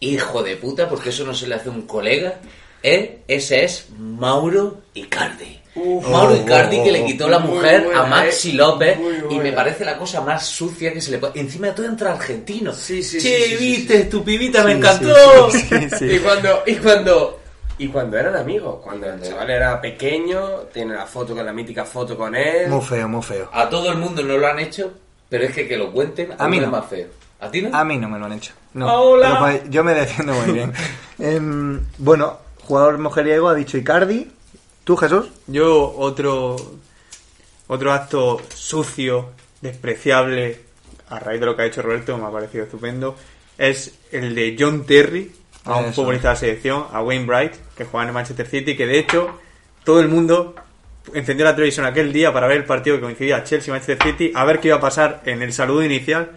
Speaker 3: hijo de puta, porque eso no se le hace a un colega. ¿eh? Ese es Mauro Icardi.
Speaker 1: Oh,
Speaker 3: Mauro Icardi que le quitó la
Speaker 5: Muy
Speaker 3: mujer
Speaker 5: buena,
Speaker 3: a Maxi
Speaker 5: eh.
Speaker 3: López
Speaker 5: Muy
Speaker 3: y me
Speaker 5: buena.
Speaker 3: parece la cosa más sucia que se le puede. Encima de todo entre argentinos.
Speaker 5: Sí, sí,
Speaker 3: che,
Speaker 5: sí, sí, sí,
Speaker 3: viste, tu pibita me
Speaker 1: Sí,
Speaker 3: encantó.
Speaker 1: sí, sí, sí.
Speaker 5: Y cuando, y cuando. Y cuando eran amigos, cuando el chaval era pequeño, tiene la foto con la mítica foto con él.
Speaker 1: Muy feo, muy feo.
Speaker 3: A todo el mundo no lo han hecho, pero es que que lo cuenten
Speaker 1: A mí
Speaker 3: aún
Speaker 1: no.
Speaker 3: es más feo. ¿A ti no?
Speaker 1: A mí no me lo han hecho. No.
Speaker 3: Hola.
Speaker 1: Pero, pues, yo me defiendo muy bien. Em, bueno, jugador mujeriego ha dicho Icardi. ¿Tú, Jesús?
Speaker 4: Yo otro otro acto sucio, despreciable, a raíz de lo que ha hecho Roberto, me ha parecido estupendo, es el de John Terry, a un
Speaker 1: Eso.
Speaker 4: futbolista de la selección, a Wayne Bright, que juega en el Manchester City, que de hecho todo el mundo encendió la televisión aquel día para ver el partido que coincidía Chelsea-Manchester City, a ver qué iba a pasar en el saludo inicial.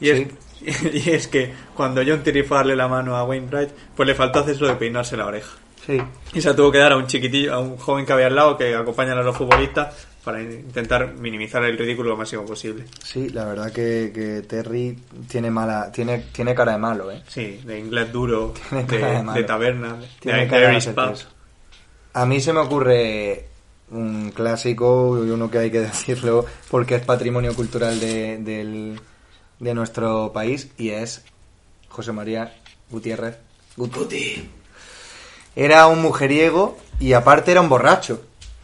Speaker 4: Y, es, y es que cuando John Terry fue a darle la mano a Wayne Bright, pues le faltó hacer eso de peinarse la oreja.
Speaker 1: Sí.
Speaker 4: Y se la tuvo que dar a un chiquitillo, a un joven que había al lado que acompañan a los futbolistas para in- intentar minimizar el ridículo lo máximo posible.
Speaker 1: Sí, la verdad que, que Terry tiene mala, tiene, tiene cara de malo, ¿eh?
Speaker 4: Sí, de inglés duro,
Speaker 1: Tiene
Speaker 4: de,
Speaker 1: cara de malo.
Speaker 4: de taberna, de-
Speaker 1: Tiene
Speaker 4: de
Speaker 1: cara de
Speaker 4: Irish
Speaker 1: ser
Speaker 4: pub.
Speaker 1: preso. A mí se me ocurre un clásico y uno que hay que decirlo porque es patrimonio cultural de, del- de nuestro país y es José María Gutiérrez. Guti. Era un mujeriego y aparte era un borracho,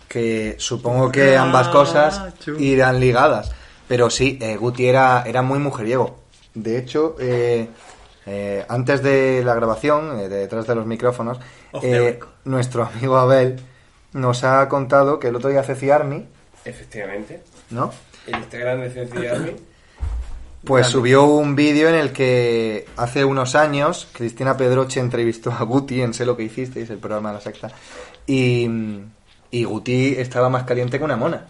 Speaker 1: que supongo que ambas cosas
Speaker 4: Borracho.
Speaker 1: irán ligadas. Pero sí, eh, Guti era, era muy mujeriego. De hecho, eh, eh, antes de la grabación, eh, detrás de los micrófonos,
Speaker 4: Off
Speaker 1: eh,
Speaker 4: the record.
Speaker 1: nuestro amigo Abel nos ha contado que el otro día Ceci Army,
Speaker 5: Efectivamente.
Speaker 1: ¿no?
Speaker 5: El Instagram de Ceci Army.
Speaker 1: Pues
Speaker 4: Grande.
Speaker 1: subió un vídeo en el que hace unos años Cristina Pedroche entrevistó a Guti en Sé lo que hicisteis, el programa de la secta. Y, y Guti estaba más caliente que una mona.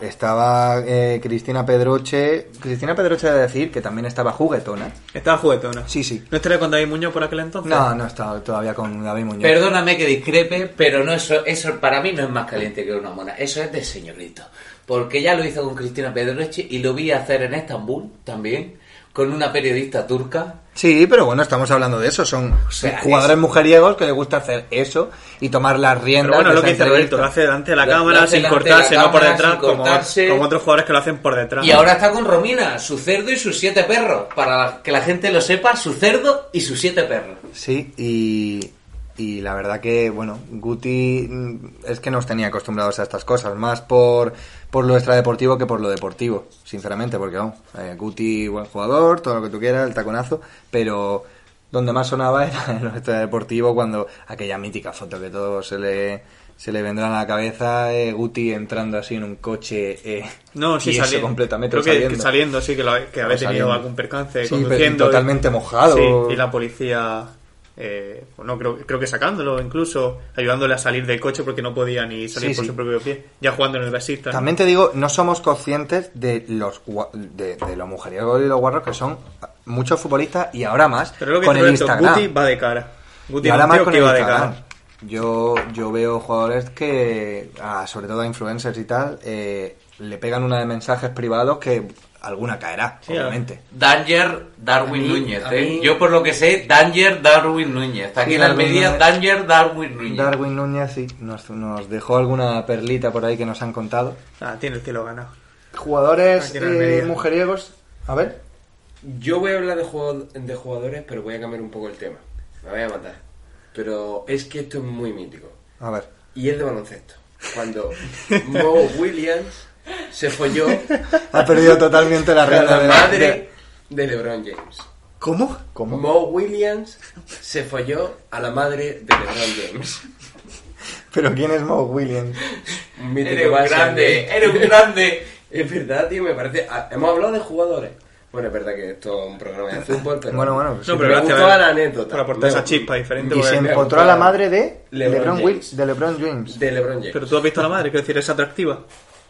Speaker 1: Estaba eh, Cristina Pedroche. Cristina Pedroche de decir que también estaba juguetona.
Speaker 4: Estaba juguetona.
Speaker 1: Sí, sí.
Speaker 4: ¿No estaría con David Muñoz por aquel entonces?
Speaker 1: No, no estaba todavía con David Muñoz.
Speaker 3: Perdóname que discrepe, pero no eso, eso para mí no es más caliente que una mona. Eso es de señorito. Porque ya lo hizo con Cristina Pedroche y lo vi hacer en Estambul también, con una periodista turca.
Speaker 1: Sí, pero bueno, estamos hablando de eso. Son
Speaker 3: sea,
Speaker 1: jugadores
Speaker 3: es-
Speaker 1: mujeriegos que les gusta hacer eso y tomar las riendas.
Speaker 4: Pero bueno,
Speaker 1: de
Speaker 4: lo
Speaker 1: esa
Speaker 4: que dice Roberto,
Speaker 1: entrevista.
Speaker 4: lo hace delante de la
Speaker 3: Lo-
Speaker 4: cámara,
Speaker 3: lo hace
Speaker 4: sin
Speaker 3: delante de
Speaker 4: cortarse,
Speaker 3: la
Speaker 4: no por
Speaker 3: cámara,
Speaker 4: detrás,
Speaker 3: sin
Speaker 4: como,
Speaker 3: cortarse.
Speaker 4: como otros jugadores que lo hacen por detrás.
Speaker 3: Y ahora está con Romina, su cerdo y sus siete perros. Para que la gente lo sepa, su cerdo y sus siete perros.
Speaker 1: Sí, y, y la verdad que, bueno, Guti mm, es que nos tenía acostumbrados a estas cosas, más por, por lo extradeportivo que por lo deportivo, sinceramente, porque vamos, eh, Guti, buen jugador, todo lo que tú quieras, el taconazo, pero donde más sonaba era en lo extradeportivo cuando aquella mítica foto que todo se le, se le vendrá a la cabeza, eh, Guti entrando así en un coche. eh,
Speaker 4: No, sí,
Speaker 1: tieso
Speaker 4: saliendo.
Speaker 1: completamente.
Speaker 4: Creo que que saliendo,
Speaker 1: saliendo.
Speaker 4: sí, que, lo- que había
Speaker 1: O
Speaker 4: tenido
Speaker 1: saliendo.
Speaker 4: algún percance
Speaker 1: Sí, pero
Speaker 4: conduciendo.
Speaker 1: totalmente mojado.
Speaker 4: Sí, y la policía, eh, no creo, creo que sacándolo incluso, ayudándole a salir del coche porque no podía ni salir
Speaker 1: Sí,
Speaker 4: por
Speaker 1: sí.
Speaker 4: su propio pie, ya jugando en el besista. ¿no?
Speaker 1: También te digo, no somos conscientes de los gua- de, de los mujeriegos y los guarros que son muchos futbolistas y ahora más
Speaker 4: Pero lo que
Speaker 1: con
Speaker 4: dice
Speaker 1: el
Speaker 4: Roberto,
Speaker 1: Instagram.
Speaker 4: Guti va de cara. Guti
Speaker 1: y
Speaker 4: era
Speaker 1: ahora
Speaker 4: un
Speaker 1: más
Speaker 4: tío
Speaker 1: con
Speaker 4: que
Speaker 1: el
Speaker 4: iba de
Speaker 1: Instagram.
Speaker 4: cara.
Speaker 1: Yo, yo veo jugadores que, ah, sobre todo a influencers y tal, eh, le pegan una de mensajes privados que alguna caerá,
Speaker 4: Sí,
Speaker 1: obviamente.
Speaker 3: Danger Darwin
Speaker 5: A mí-
Speaker 3: Núñez,
Speaker 5: a
Speaker 3: ¿eh?
Speaker 5: mí-
Speaker 3: Yo por lo que sé, Danger Darwin Núñez. Está aquí
Speaker 1: Sí,
Speaker 3: en la
Speaker 1: Darwin
Speaker 3: Almería,
Speaker 1: Núñez.
Speaker 3: Danger Darwin Núñez.
Speaker 1: Darwin Núñez sí, nos, nos dejó alguna perlita por ahí que nos han contado.
Speaker 4: Ah, tiene el cielo ganado.
Speaker 1: Jugadores
Speaker 4: Aquí en
Speaker 1: eh,
Speaker 4: Almería.
Speaker 1: mujeriegos, a ver.
Speaker 5: Yo voy a hablar de, jugo- de jugadores, pero voy a cambiar un poco el tema. Me voy a matar. Pero es que esto es muy mítico.
Speaker 1: A ver.
Speaker 5: Y es de baloncesto. Cuando Mo Williams se folló
Speaker 1: Ha perdido totalmente la
Speaker 5: a
Speaker 1: rienda
Speaker 5: la
Speaker 1: de
Speaker 5: madre de LeBron James.
Speaker 1: ¿Cómo? ¿Cómo?
Speaker 5: Mo Williams se folló a la madre de LeBron James.
Speaker 1: Pero ¿quién es Mo Williams?
Speaker 5: Un mítico
Speaker 3: Eres un
Speaker 5: base,
Speaker 3: grande,
Speaker 5: ¿no?
Speaker 3: eres un grande.
Speaker 5: Es verdad, tío, me parece. ah, Hemos hablado de jugadores. Bueno, es verdad que esto es un programa de fútbol, pero.
Speaker 1: Bueno, bueno, sí.
Speaker 4: No, pero
Speaker 5: me
Speaker 4: gracias
Speaker 5: gustaba
Speaker 4: a-
Speaker 5: la anécdota.
Speaker 4: Por aportar
Speaker 5: Me-
Speaker 4: esa chispa diferente.
Speaker 1: Y
Speaker 4: porque-
Speaker 1: se
Speaker 5: me
Speaker 1: encontró a
Speaker 5: gusta
Speaker 1: la madre de
Speaker 5: LeBron
Speaker 1: LeBron,
Speaker 5: James.
Speaker 1: Wills, de LeBron James.
Speaker 5: De LeBron James.
Speaker 4: Pero tú has visto a la madre, quiero decir, es atractiva.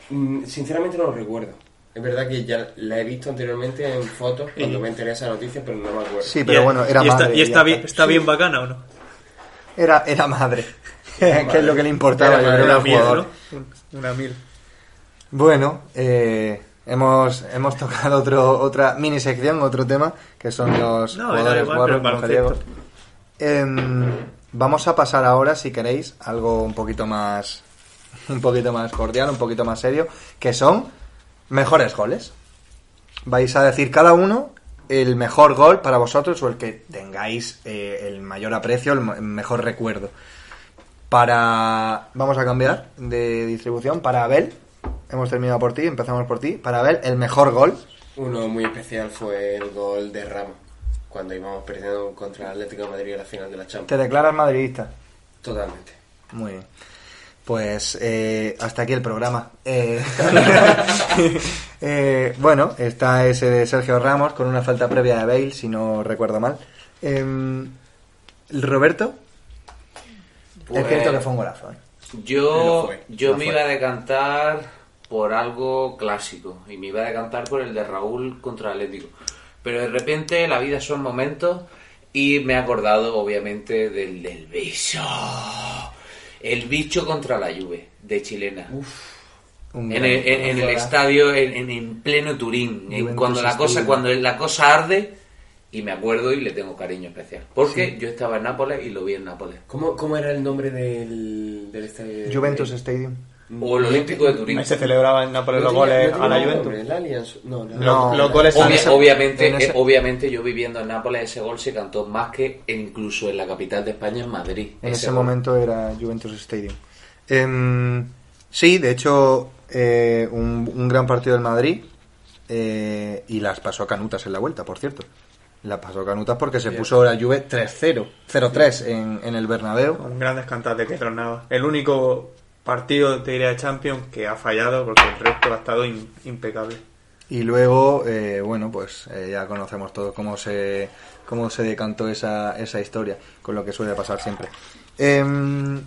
Speaker 5: Mm, Sinceramente no lo recuerdo. Es verdad que ya la he visto anteriormente en fotos cuando
Speaker 4: Y-
Speaker 5: me interesa esa noticia, pero no me acuerdo.
Speaker 1: Sí, pero
Speaker 4: Y-
Speaker 1: bueno, era
Speaker 4: y está,
Speaker 1: madre.
Speaker 4: ¿Y
Speaker 1: ya
Speaker 4: está, bien,
Speaker 1: está.
Speaker 4: está bien bacana o no?
Speaker 1: Era, era madre. que es lo que le importaba
Speaker 5: Era
Speaker 1: yo creo,
Speaker 5: madre,
Speaker 1: al
Speaker 4: mil,
Speaker 1: jugador.
Speaker 4: ¿no? Una mil.
Speaker 1: Bueno, eh, hemos, hemos tocado otro, otra mini sección, otro tema, que son los
Speaker 4: No, era
Speaker 1: jugadores
Speaker 4: igual,
Speaker 1: guarros
Speaker 4: pero
Speaker 1: mujeriegos.
Speaker 4: baloncesto.
Speaker 1: Em, vamos a pasar ahora, si queréis, algo un poquito más un poquito más cordial, un poquito más serio, que son mejores goles. Vais a decir cada uno el mejor gol para vosotros o el que tengáis eh, el mayor aprecio, el mo- el mejor recuerdo para vamos a cambiar de distribución para Abel hemos terminado por ti empezamos por ti para Abel el mejor gol
Speaker 5: Uno muy especial fue el gol de Ramos, cuando íbamos perdiendo contra el Atlético de Madrid en la final de la
Speaker 1: te
Speaker 5: Champions.
Speaker 1: declaras madridista
Speaker 5: Totalmente.
Speaker 1: muy bien pues eh, hasta aquí el programa Eh, eh, bueno está ese de Sergio Ramos con una falta previa de Abel si no recuerdo mal Em, Roberto es
Speaker 3: Pues-
Speaker 1: cierto que fue un golazo ¿eh?
Speaker 3: Yo,
Speaker 5: Lo fue,
Speaker 1: lo
Speaker 3: yo me
Speaker 1: fue.
Speaker 3: iba a decantar por algo clásico y me iba a decantar por el de Raúl contra Atlético. Pero de repente la vida son momentos y me he acordado obviamente del del bicho. El bicho contra la lluvia de Chilena.
Speaker 1: Un
Speaker 3: En
Speaker 1: gran-
Speaker 3: el, en- en el estadio, en, en- en pleno Turín, en
Speaker 1: Juventus
Speaker 3: cuando la cosa,
Speaker 1: Stadium.
Speaker 3: cuando la cosa arde, y me acuerdo y le tengo cariño especial. Porque yo estaba en Nápoles y lo vi en Nápoles.
Speaker 5: ¿Cómo, cómo era el nombre del, del este? Eh, estadio? de-
Speaker 1: Juventus Stadium Mm.
Speaker 3: O el Olímpico de Turín.
Speaker 4: Ahí se celebraban en Nápoles
Speaker 5: No
Speaker 4: los
Speaker 5: tenía-
Speaker 4: goles
Speaker 5: no
Speaker 4: a la
Speaker 5: tenía
Speaker 4: Juventus.
Speaker 5: nombre, el Allianz, no, la-
Speaker 4: Los-
Speaker 1: No,
Speaker 4: los goles
Speaker 1: en
Speaker 3: Obvia-
Speaker 1: ese-
Speaker 3: obviamente,
Speaker 1: en ese-
Speaker 3: eh, obviamente yo viviendo en Nápoles ese gol se cantó más que e incluso en la capital de España, en Madrid.
Speaker 1: En ese
Speaker 3: gol.
Speaker 1: momento era Juventus Stadium. Em, sí, de hecho, eh, un, un gran partido del Madrid eh, y las pasó Canutas en la vuelta, por cierto. Las pasó Canutas porque se puso la Juve 3-0, 0-3 en, en el Bernabéu.
Speaker 4: Con grandes cantantes que tronaba. El único partido, te diría, de Champions que ha fallado porque el resto ha estado im- impecable.
Speaker 1: Y luego, eh, bueno, pues eh, ya conocemos todo cómo se, cómo se decantó esa, esa historia, con lo que suele pasar siempre. Em,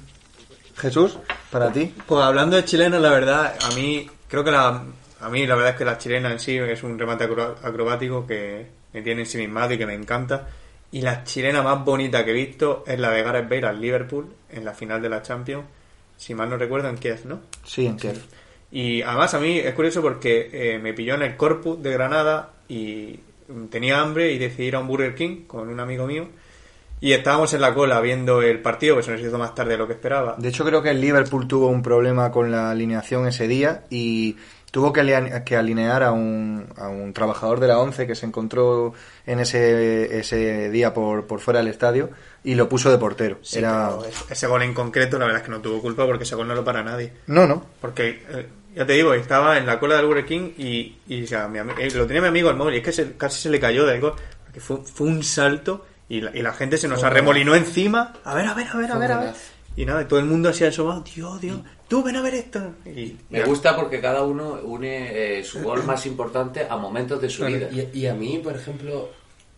Speaker 1: Jesús, para ti.
Speaker 4: Pues hablando de chilenos, la verdad, a mí, creo que la, a mí la verdad es que la chilena en sí es un remate acro- acrobático que me tiene ensimismado y que me encanta. Y la chilena más bonita que he visto es la de Gareth Bale al Liverpool en la final de la Champions. Si mal no recuerdo, en Kiev, ¿no?
Speaker 1: Sí, en Kiev.
Speaker 4: Y además a mí es curioso porque eh, me pilló en el corpus de Granada y tenía hambre y decidí ir a un Burger King con un amigo mío. Y estábamos en la cola viendo el partido, que se nos hizo más tarde de lo que esperaba.
Speaker 1: De hecho, creo que el Liverpool tuvo un problema con la alineación ese día y tuvo que, alia- que alinear a un, a un trabajador de la 11 que se encontró en ese, ese día por, por fuera del estadio y lo puso de portero.
Speaker 4: Sí,
Speaker 1: Era...
Speaker 4: pero es- ese gol en concreto, la verdad es que no tuvo culpa porque ese gol no lo para nadie.
Speaker 1: No, no.
Speaker 4: Porque, eh, ya te digo, estaba en la cola del Burger King y, y, o sea, mi ami- eh, lo tenía mi amigo el móvil y es que se- casi se le cayó del gol. Porque fue, fue un salto y la, y la gente se nos arremolinó encima. A ver, a ver, a ver, a ver, a ver. Y nada, y todo el mundo así asomado. Dios, Dios, tú ven a ver esto. Y,
Speaker 3: Me gusta porque cada uno une eh, su gol más importante a momentos de su vida.
Speaker 5: Y, y a mí, por ejemplo,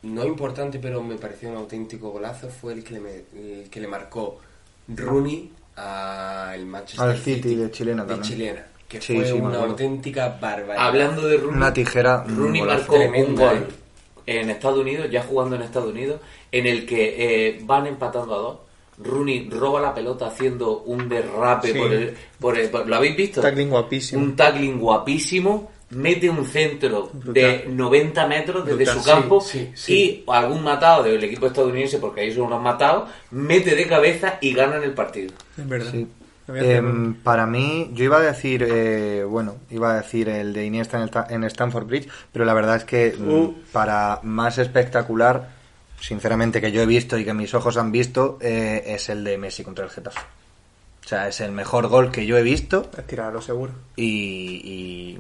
Speaker 5: no importante, pero me pareció un auténtico golazo, fue el que le, me- el que le marcó Rooney al Manchester
Speaker 1: Al City de chilena también.
Speaker 5: chilena, que
Speaker 1: Sí,
Speaker 5: fue
Speaker 1: sí, me
Speaker 5: una
Speaker 1: acuerdo.
Speaker 5: auténtica barbaridad.
Speaker 3: Hablando de Rooney,
Speaker 1: Una tijera, un
Speaker 3: Rooney
Speaker 1: golazo.
Speaker 3: marcó un
Speaker 5: Tremenda,
Speaker 3: gol
Speaker 5: ¿eh?
Speaker 3: en Estados Unidos, ya jugando en Estados Unidos, en el que eh, van empatando a dos. Rooney roba la pelota haciendo un derrape
Speaker 4: Sí.
Speaker 3: por, el, por el- por- ¿Lo habéis visto?
Speaker 4: Tackling guapísimo.
Speaker 3: Un tackling guapísimo. Mete un centro de
Speaker 4: Brutal.
Speaker 3: 90 metros desde
Speaker 4: Brutal,
Speaker 3: su
Speaker 4: sí,
Speaker 3: campo
Speaker 5: sí, sí.
Speaker 3: y algún matado del equipo estadounidense, porque ahí son unos matados, mete de cabeza y ganan el partido.
Speaker 4: Es verdad.
Speaker 1: Sí.
Speaker 4: No había sido-
Speaker 1: Em, para mí, yo iba a decir, eh, bueno, iba a decir el de Iniesta en, el ta- en Stanford Bridge, pero la verdad es que mm,
Speaker 4: Uh.
Speaker 1: para más espectacular, sinceramente, que yo he visto y que mis ojos han visto, eh, es el de Messi contra el Getafe. O sea, es el mejor gol que yo he visto
Speaker 4: Has tirado, lo seguro.
Speaker 1: y,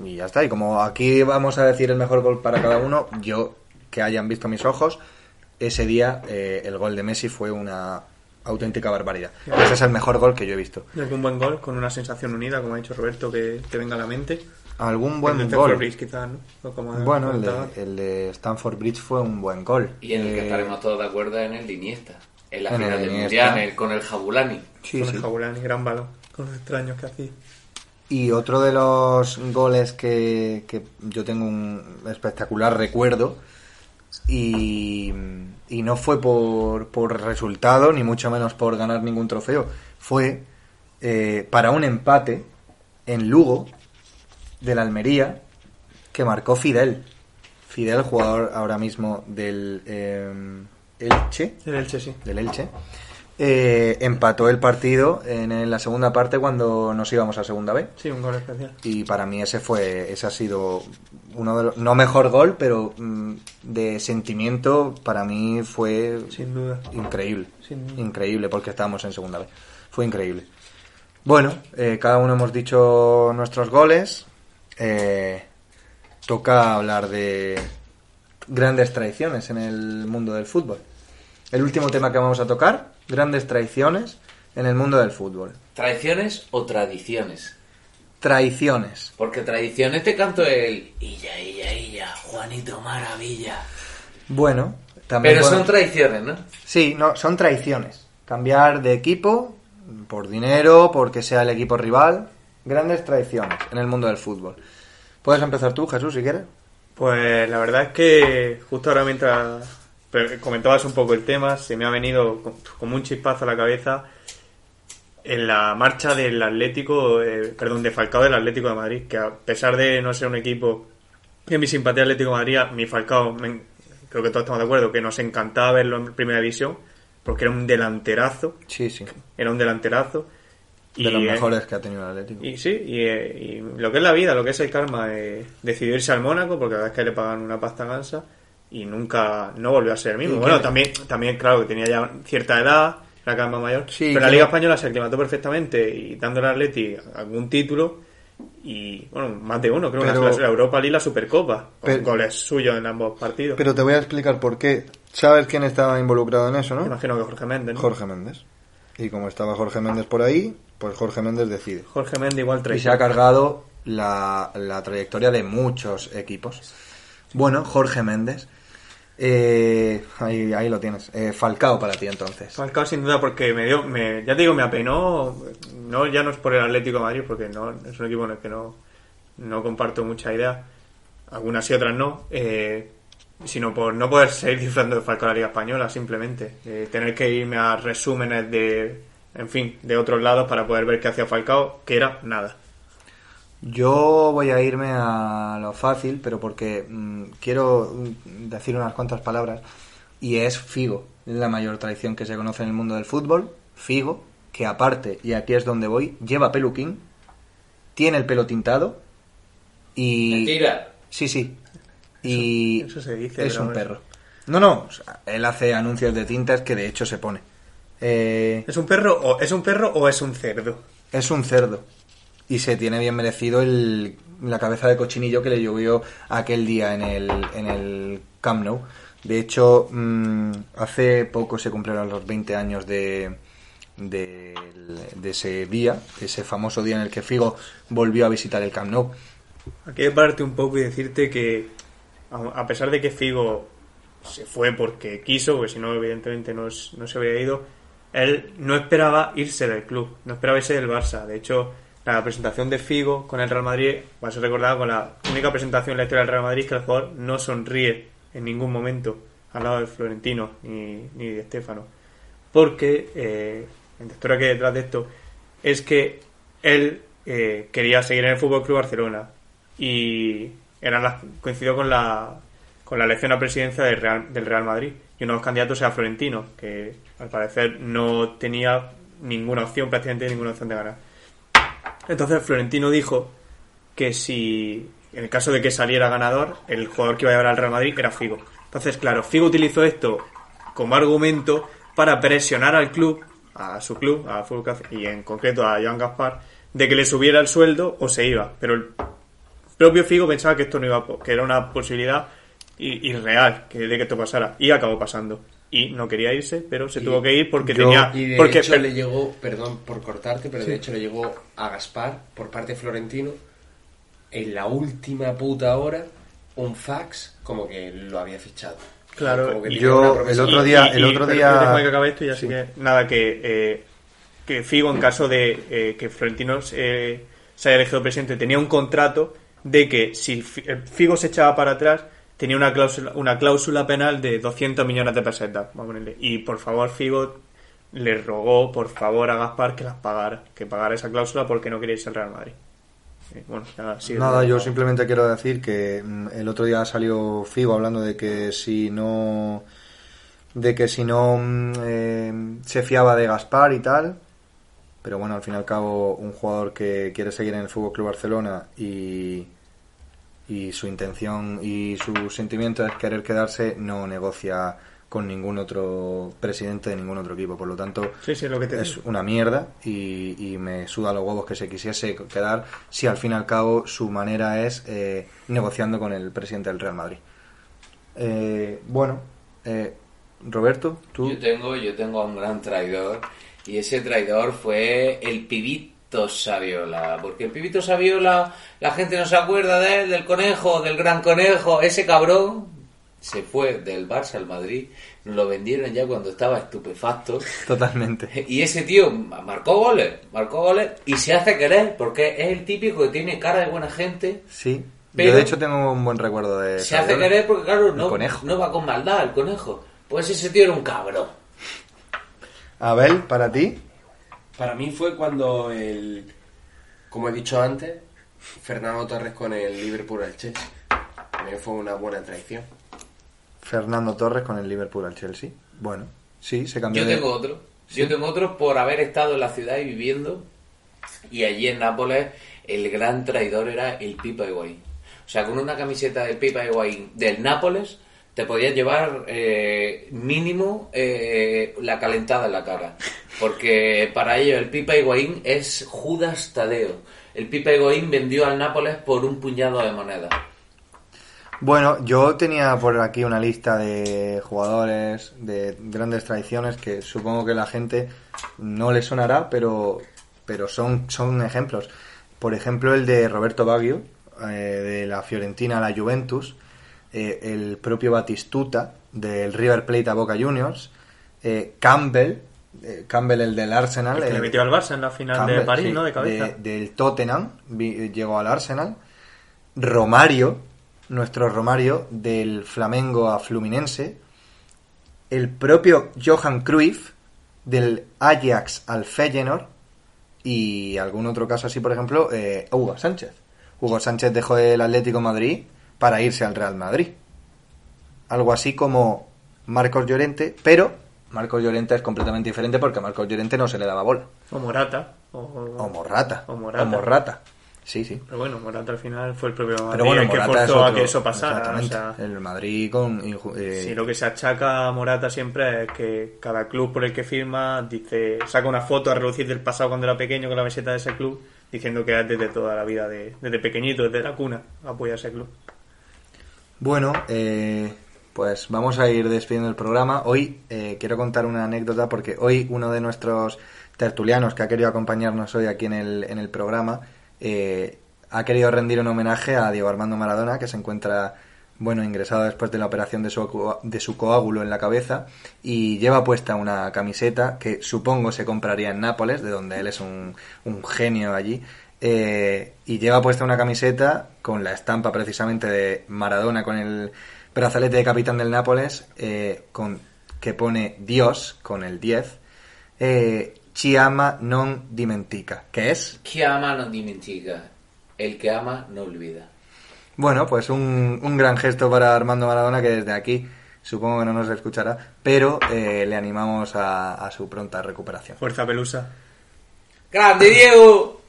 Speaker 1: y- y ya está. Y como aquí vamos a decir el mejor gol para cada uno, yo que hayan visto mis ojos, ese día eh, el gol de Messi fue una auténtica barbaridad. Ese es el mejor gol que yo he visto.
Speaker 4: Y algún buen gol con una sensación unida, como ha dicho Roberto, que te venga a la mente.
Speaker 1: Algún
Speaker 4: El de
Speaker 1: buen
Speaker 4: Stanford
Speaker 1: gol.
Speaker 4: Bridge, quizás, ¿no? O como
Speaker 1: Bueno, el
Speaker 4: comentaba.
Speaker 1: de, el de Stanford Bridge fue un buen gol.
Speaker 3: Y en el que
Speaker 1: Eh,
Speaker 3: estaremos todos de acuerdo en el de Iniesta. En la
Speaker 1: En el
Speaker 3: final del
Speaker 1: Iniesta.
Speaker 3: Mundial, en el- con el Jabulani.
Speaker 1: sí,
Speaker 4: con
Speaker 1: sí.
Speaker 4: el Jabulani, gran balón. Con los extraños que hacía.
Speaker 1: Y otro de los goles que, que yo tengo un espectacular recuerdo y, y no fue por, por resultado, ni mucho menos por ganar ningún trofeo. Fue eh, para un empate en Lugo de la Almería que marcó Fidel. Fidel, jugador ahora mismo del eh, Elche,
Speaker 4: El Elche, sí.
Speaker 1: del Elche, eh, empató el partido en, en la segunda parte cuando nos íbamos a segunda B.
Speaker 4: Sí, un gol especial.
Speaker 1: Y para mí ese fue, ese ha sido uno de los, no mejor gol, pero mm, de sentimiento para mí fue
Speaker 4: Sin duda.
Speaker 1: increíble,
Speaker 4: Sin duda.
Speaker 1: increíble porque estábamos en segunda vez, fue increíble. Bueno, eh, cada uno hemos dicho nuestros goles, Eh, toca hablar de grandes traiciones en el mundo del fútbol. El último tema que vamos a tocar, grandes traiciones en el mundo del fútbol.
Speaker 3: ¿Traiciones o tradiciones?
Speaker 1: Traiciones.
Speaker 3: Porque tradiciones te canto el Illa, Illa, Illa, Juanito Maravilla.
Speaker 1: Bueno, también
Speaker 3: Pero son
Speaker 1: podemos-
Speaker 3: tradiciones, ¿no?
Speaker 1: Sí, no, son traiciones. Cambiar de equipo por dinero, porque sea el equipo rival. Grandes traiciones en el mundo del fútbol. Puedes empezar tú, Jesús, si quieres.
Speaker 4: Pues la verdad es que justo ahora mientras pre- comentabas un poco el tema, se me ha venido co- como un chispazo a la cabeza en la marcha del Atlético, eh, perdón, de Falcao del Atlético de Madrid, que a pesar de no ser un equipo que mi simpatía al Atlético de Madrid, mi Falcao, me en- creo que todos estamos de acuerdo, que nos encantaba verlo en primera división, porque era un delanterazo,
Speaker 1: Sí, sí. De
Speaker 4: era un delanterazo.
Speaker 1: los
Speaker 4: eh,
Speaker 1: mejores que ha tenido el Atlético.
Speaker 4: y sí, y, eh, y lo que es la vida, lo que es el karma, eh, decidió irse al Mónaco porque la verdad es que le pagan una pasta gansa y nunca, no volvió a ser el mismo.
Speaker 1: ¿Y
Speaker 4: Bueno,
Speaker 1: qué?
Speaker 4: también, también claro, que tenía ya cierta edad, la calma mayor,
Speaker 1: Sí,
Speaker 4: pero la
Speaker 1: claro.
Speaker 4: Liga Española se aclimató perfectamente y dándole al Atleti algún título y, bueno, más de uno, creo que
Speaker 1: Pero-
Speaker 4: la, la Europa League y la Supercopa, con
Speaker 1: Pero-
Speaker 4: goles suyos en ambos partidos.
Speaker 1: Pero te voy a explicar por qué. ¿Sabes quién estaba involucrado en eso,
Speaker 4: Me
Speaker 1: no?
Speaker 4: imagino que Jorge Méndez, ¿no?
Speaker 1: Jorge Méndez. Y como estaba Jorge Méndez por ahí, pues Jorge Méndez decide.
Speaker 4: Jorge Méndez igual
Speaker 1: Y
Speaker 4: tres.
Speaker 1: se ha cargado la, la trayectoria de muchos equipos. Bueno, Jorge Méndez. Eh, ahí, ahí lo tienes. Eh, Falcao para ti entonces.
Speaker 4: Falcao sin duda porque me dio, me, ya te digo, me apenó, no, ya no es por el Atlético de Madrid porque no, es un equipo en el que no, no comparto mucha idea, algunas y otras no, eh, sino por no poder seguir disfrutando de Falcao en la Liga Española simplemente, Eh, tener que irme a resúmenes de, en fin, de otros lados para poder ver qué hacía Falcao, que era nada.
Speaker 1: Yo voy a irme a lo fácil, pero porque mm, quiero mm, decir unas cuantas palabras. Y es Figo, la mayor traición que se conoce en el mundo del fútbol. Figo, que aparte, y aquí es donde voy, lleva peluquín, tiene el pelo tintado y...
Speaker 3: Mentira.
Speaker 1: Sí, sí. Y
Speaker 4: Eso- eso se dice,
Speaker 1: es
Speaker 4: pero
Speaker 1: un
Speaker 4: bueno.
Speaker 1: perro. No, no, o sea, él hace anuncios de tintas que de hecho se pone. Eh,
Speaker 4: ¿Es un perro o es un perro o es un cerdo?
Speaker 1: es un cerdo. Y se tiene bien merecido el, la cabeza de cochinillo que le llovió aquel día en el, en el Camp Nou. De hecho, mm, hace poco se cumplieron los 20 años de, de, de ese día, de ese famoso día en el que Figo volvió a visitar el Camp Nou.
Speaker 4: Aquí que pararte un poco y decirte que, a a pesar de que Figo se fue porque quiso, porque si no, evidentemente no, es- no se había ido, él no esperaba irse del club, no esperaba irse del Barça. De hecho, la presentación de Figo con el Real Madrid va a ser recordada con la única presentación en la historia del Real Madrid que el jugador no sonríe en ningún momento al lado de Florentino ni, ni de Estefano porque eh, la historia que hay detrás de esto es que él eh, quería seguir en el Fútbol Club Barcelona y eran las- coincidió con la con la elección a presidencia del Real, del Real Madrid y uno de los candidatos era Florentino que al parecer no tenía ninguna opción prácticamente ninguna opción de ganar entonces Florentino dijo que si en el caso de que saliera ganador, el jugador que iba a llevar al Real Madrid era Figo. Entonces, claro, Figo utilizó esto como argumento para presionar al club, a su club, a Fútbol Club, y en concreto a Joan Gaspar, de que le subiera el sueldo o se iba. Pero el propio Figo pensaba que esto no iba, a po- que era una posibilidad i- irreal que de que esto pasara y acabó pasando. Y no quería irse, pero se
Speaker 5: Y-
Speaker 4: tuvo que ir porque
Speaker 1: yo-
Speaker 4: tenía
Speaker 5: Y de
Speaker 4: porque
Speaker 5: hecho le llegó, perdón por cortarte, pero de hecho le llegó a Gaspar por parte de Florentino en la última puta hora un fax como que lo había fichado.
Speaker 4: Claro,
Speaker 5: Como que
Speaker 4: y
Speaker 5: tenía
Speaker 1: yo-
Speaker 5: una promesa.
Speaker 1: el otro día- el otro
Speaker 4: pero
Speaker 1: día-
Speaker 4: déjame que acabe esto y así
Speaker 1: Sí.
Speaker 4: que nada que eh, que Figo en caso de eh, que Florentino eh, se haya elegido presidente tenía un contrato de que si Fi- eh, Figo se echaba para atrás tenía una cláusula, una cláusula penal de 200 millones de pesetas, vamos a ponerle. Y por favor, Figo le rogó, por favor, a Gaspar que las pagara, que pagara esa cláusula porque no quería irse al Real Madrid. Eh, Bueno, nada, sigue.
Speaker 1: Nada, yo simplemente quiero decir que mm, el otro día salió Figo hablando de que si no de que si no mm, eh, se fiaba de Gaspar y tal, pero bueno, al fin y al cabo un jugador que quiere seguir en el Fútbol Club Barcelona y y su intención y su sentimiento es querer quedarse no negocia con ningún otro presidente de ningún otro equipo, por lo tanto
Speaker 4: Sí, sí, lo que te
Speaker 1: es
Speaker 4: digo.
Speaker 1: una mierda y, y me suda los huevos que se quisiese quedar si al fin y al cabo su manera es eh, negociando con el presidente del Real Madrid. Eh, bueno, eh, Roberto, tú...
Speaker 3: Yo tengo, yo tengo a un gran traidor y ese traidor fue el pibito Saviola, porque el pibito Saviola, la gente no se acuerda de él, del conejo, del gran conejo, ese cabrón se fue del Barça al Madrid, nos lo vendieron ya cuando estaba estupefacto.
Speaker 1: Totalmente.
Speaker 3: Y ese tío marcó goles, marcó goles y se hace querer porque es el típico que tiene cara de buena gente,
Speaker 1: Sí.
Speaker 3: Pero-
Speaker 1: Yo de hecho tengo un buen recuerdo de...
Speaker 3: se hace
Speaker 1: Guardiola.
Speaker 3: querer porque claro,
Speaker 1: El
Speaker 3: no,
Speaker 1: conejo.
Speaker 3: no va con maldad el conejo. Pues ese tío era un cabrón.
Speaker 1: Abel, para ti.
Speaker 5: Para mí fue cuando el, como he dicho antes, Fernando Torres con el Liverpool al Chelsea. También fue una buena traición.
Speaker 1: Fernando Torres con el Liverpool al Chelsea. Bueno, sí, se cambió
Speaker 3: Yo
Speaker 1: de-
Speaker 3: tengo otro. Yo tengo otro por haber estado en la ciudad y viviendo. Y allí en Nápoles el gran traidor era el Pipa Higuaín. O sea, con una camiseta del Pipa Higuaín del Nápoles te podías llevar eh, mínimo eh, la calentada en la cara. Porque para ellos el Pipa Higuaín es Judas Tadeo. El Pipa Higuaín vendió al Nápoles por un puñado de monedas.
Speaker 1: Bueno, yo tenía por aquí una lista de jugadores, de grandes traiciones que supongo que la gente no le sonará, pero, pero son, son ejemplos. Por ejemplo, el de Roberto Baggio, eh, de la Fiorentina a la Juventus, eh, el propio Batistuta, del River Plate a Boca Juniors, eh, Campbell, eh, Campbell el del Arsenal,
Speaker 4: El que le
Speaker 1: eh,
Speaker 4: metió al Barça en la final de
Speaker 1: Campbell,
Speaker 4: París,
Speaker 1: sí,
Speaker 4: ¿no? De cabeza.
Speaker 1: del Tottenham, vi- llegó al Arsenal. Romario, nuestro Romario, del Flamengo a Fluminense. El propio Johan Cruyff, del Ajax al Feyenoord. Y algún otro caso así, por ejemplo, eh, Hugo Sánchez. Hugo Sánchez dejó el Atlético Madrid para irse al Real Madrid. Algo así como Marcos Llorente, pero Marcos Llorente es completamente diferente porque a Marcos Llorente no se le daba bola.
Speaker 4: O Morata. O,
Speaker 1: O Morrata.
Speaker 4: O Morata.
Speaker 1: Sí, sí.
Speaker 4: Pero bueno, Morata al final fue el propio Madrid
Speaker 1: Pero bueno,
Speaker 4: el que
Speaker 1: Morata es
Speaker 4: forzó a
Speaker 1: otro-
Speaker 4: que eso pasara. O
Speaker 1: Exactamente.
Speaker 4: sea,
Speaker 1: El Madrid con. inju- eh,
Speaker 4: Sí, lo que se achaca a Morata siempre es que cada club por el que firma dice saca una foto a relucir del pasado cuando era pequeño con la meseta de ese club, diciendo que es desde toda la vida, de- desde pequeñito, desde la cuna, apoya a ese club.
Speaker 1: Bueno, eh, pues vamos a ir despidiendo el programa. Hoy eh, quiero contar una anécdota porque hoy uno de nuestros tertulianos que ha querido acompañarnos hoy aquí en el, en el programa eh, ha querido rendir un homenaje a Diego Armando Maradona que se encuentra bueno ingresado después de la operación de su, co- de su coágulo en la cabeza y lleva puesta una camiseta que supongo se compraría en Nápoles, de donde él es un, un genio allí. Eh, y lleva puesta una camiseta con la estampa precisamente de Maradona con el brazalete de capitán del Nápoles, eh, con, que pone Dios con el 10, eh, Chiama non dimentica, que es,
Speaker 3: Chi ama no dimentica. El que ama no olvida.
Speaker 1: bueno, pues un, un gran gesto para Armando Maradona que desde aquí supongo que no nos escuchará, pero eh, le animamos a, a su pronta recuperación.
Speaker 4: Fuerza pelusa.
Speaker 3: ¡Grande Diego!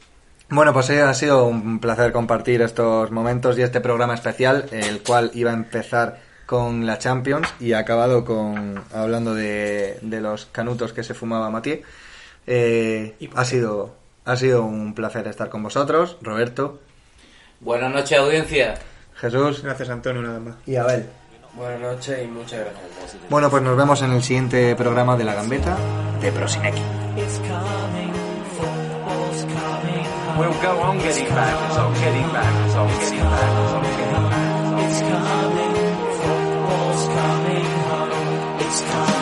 Speaker 1: Bueno, pues eh, ha sido un placer compartir estos momentos y este programa especial, el cual iba a empezar con la Champions y ha acabado con hablando de, de los canutos que se fumaba Mathieu. Eh,
Speaker 4: ¿Y por
Speaker 1: ha
Speaker 4: qué?
Speaker 1: sido ha sido un placer estar con vosotros, Roberto,
Speaker 3: Buenas noches, audiencia.
Speaker 1: Jesús
Speaker 4: Gracias, Antonio, una vez más.
Speaker 1: y Abel.
Speaker 5: Buenas noches y muchas gracias.
Speaker 1: Bueno, pues nos vemos en el siguiente programa de La Gambeta de Prosineki.
Speaker 6: It's coming, football's coming.
Speaker 7: We'll go on getting back, so getting back, so getting back, so getting back.
Speaker 6: It's coming, football's coming home. It's coming.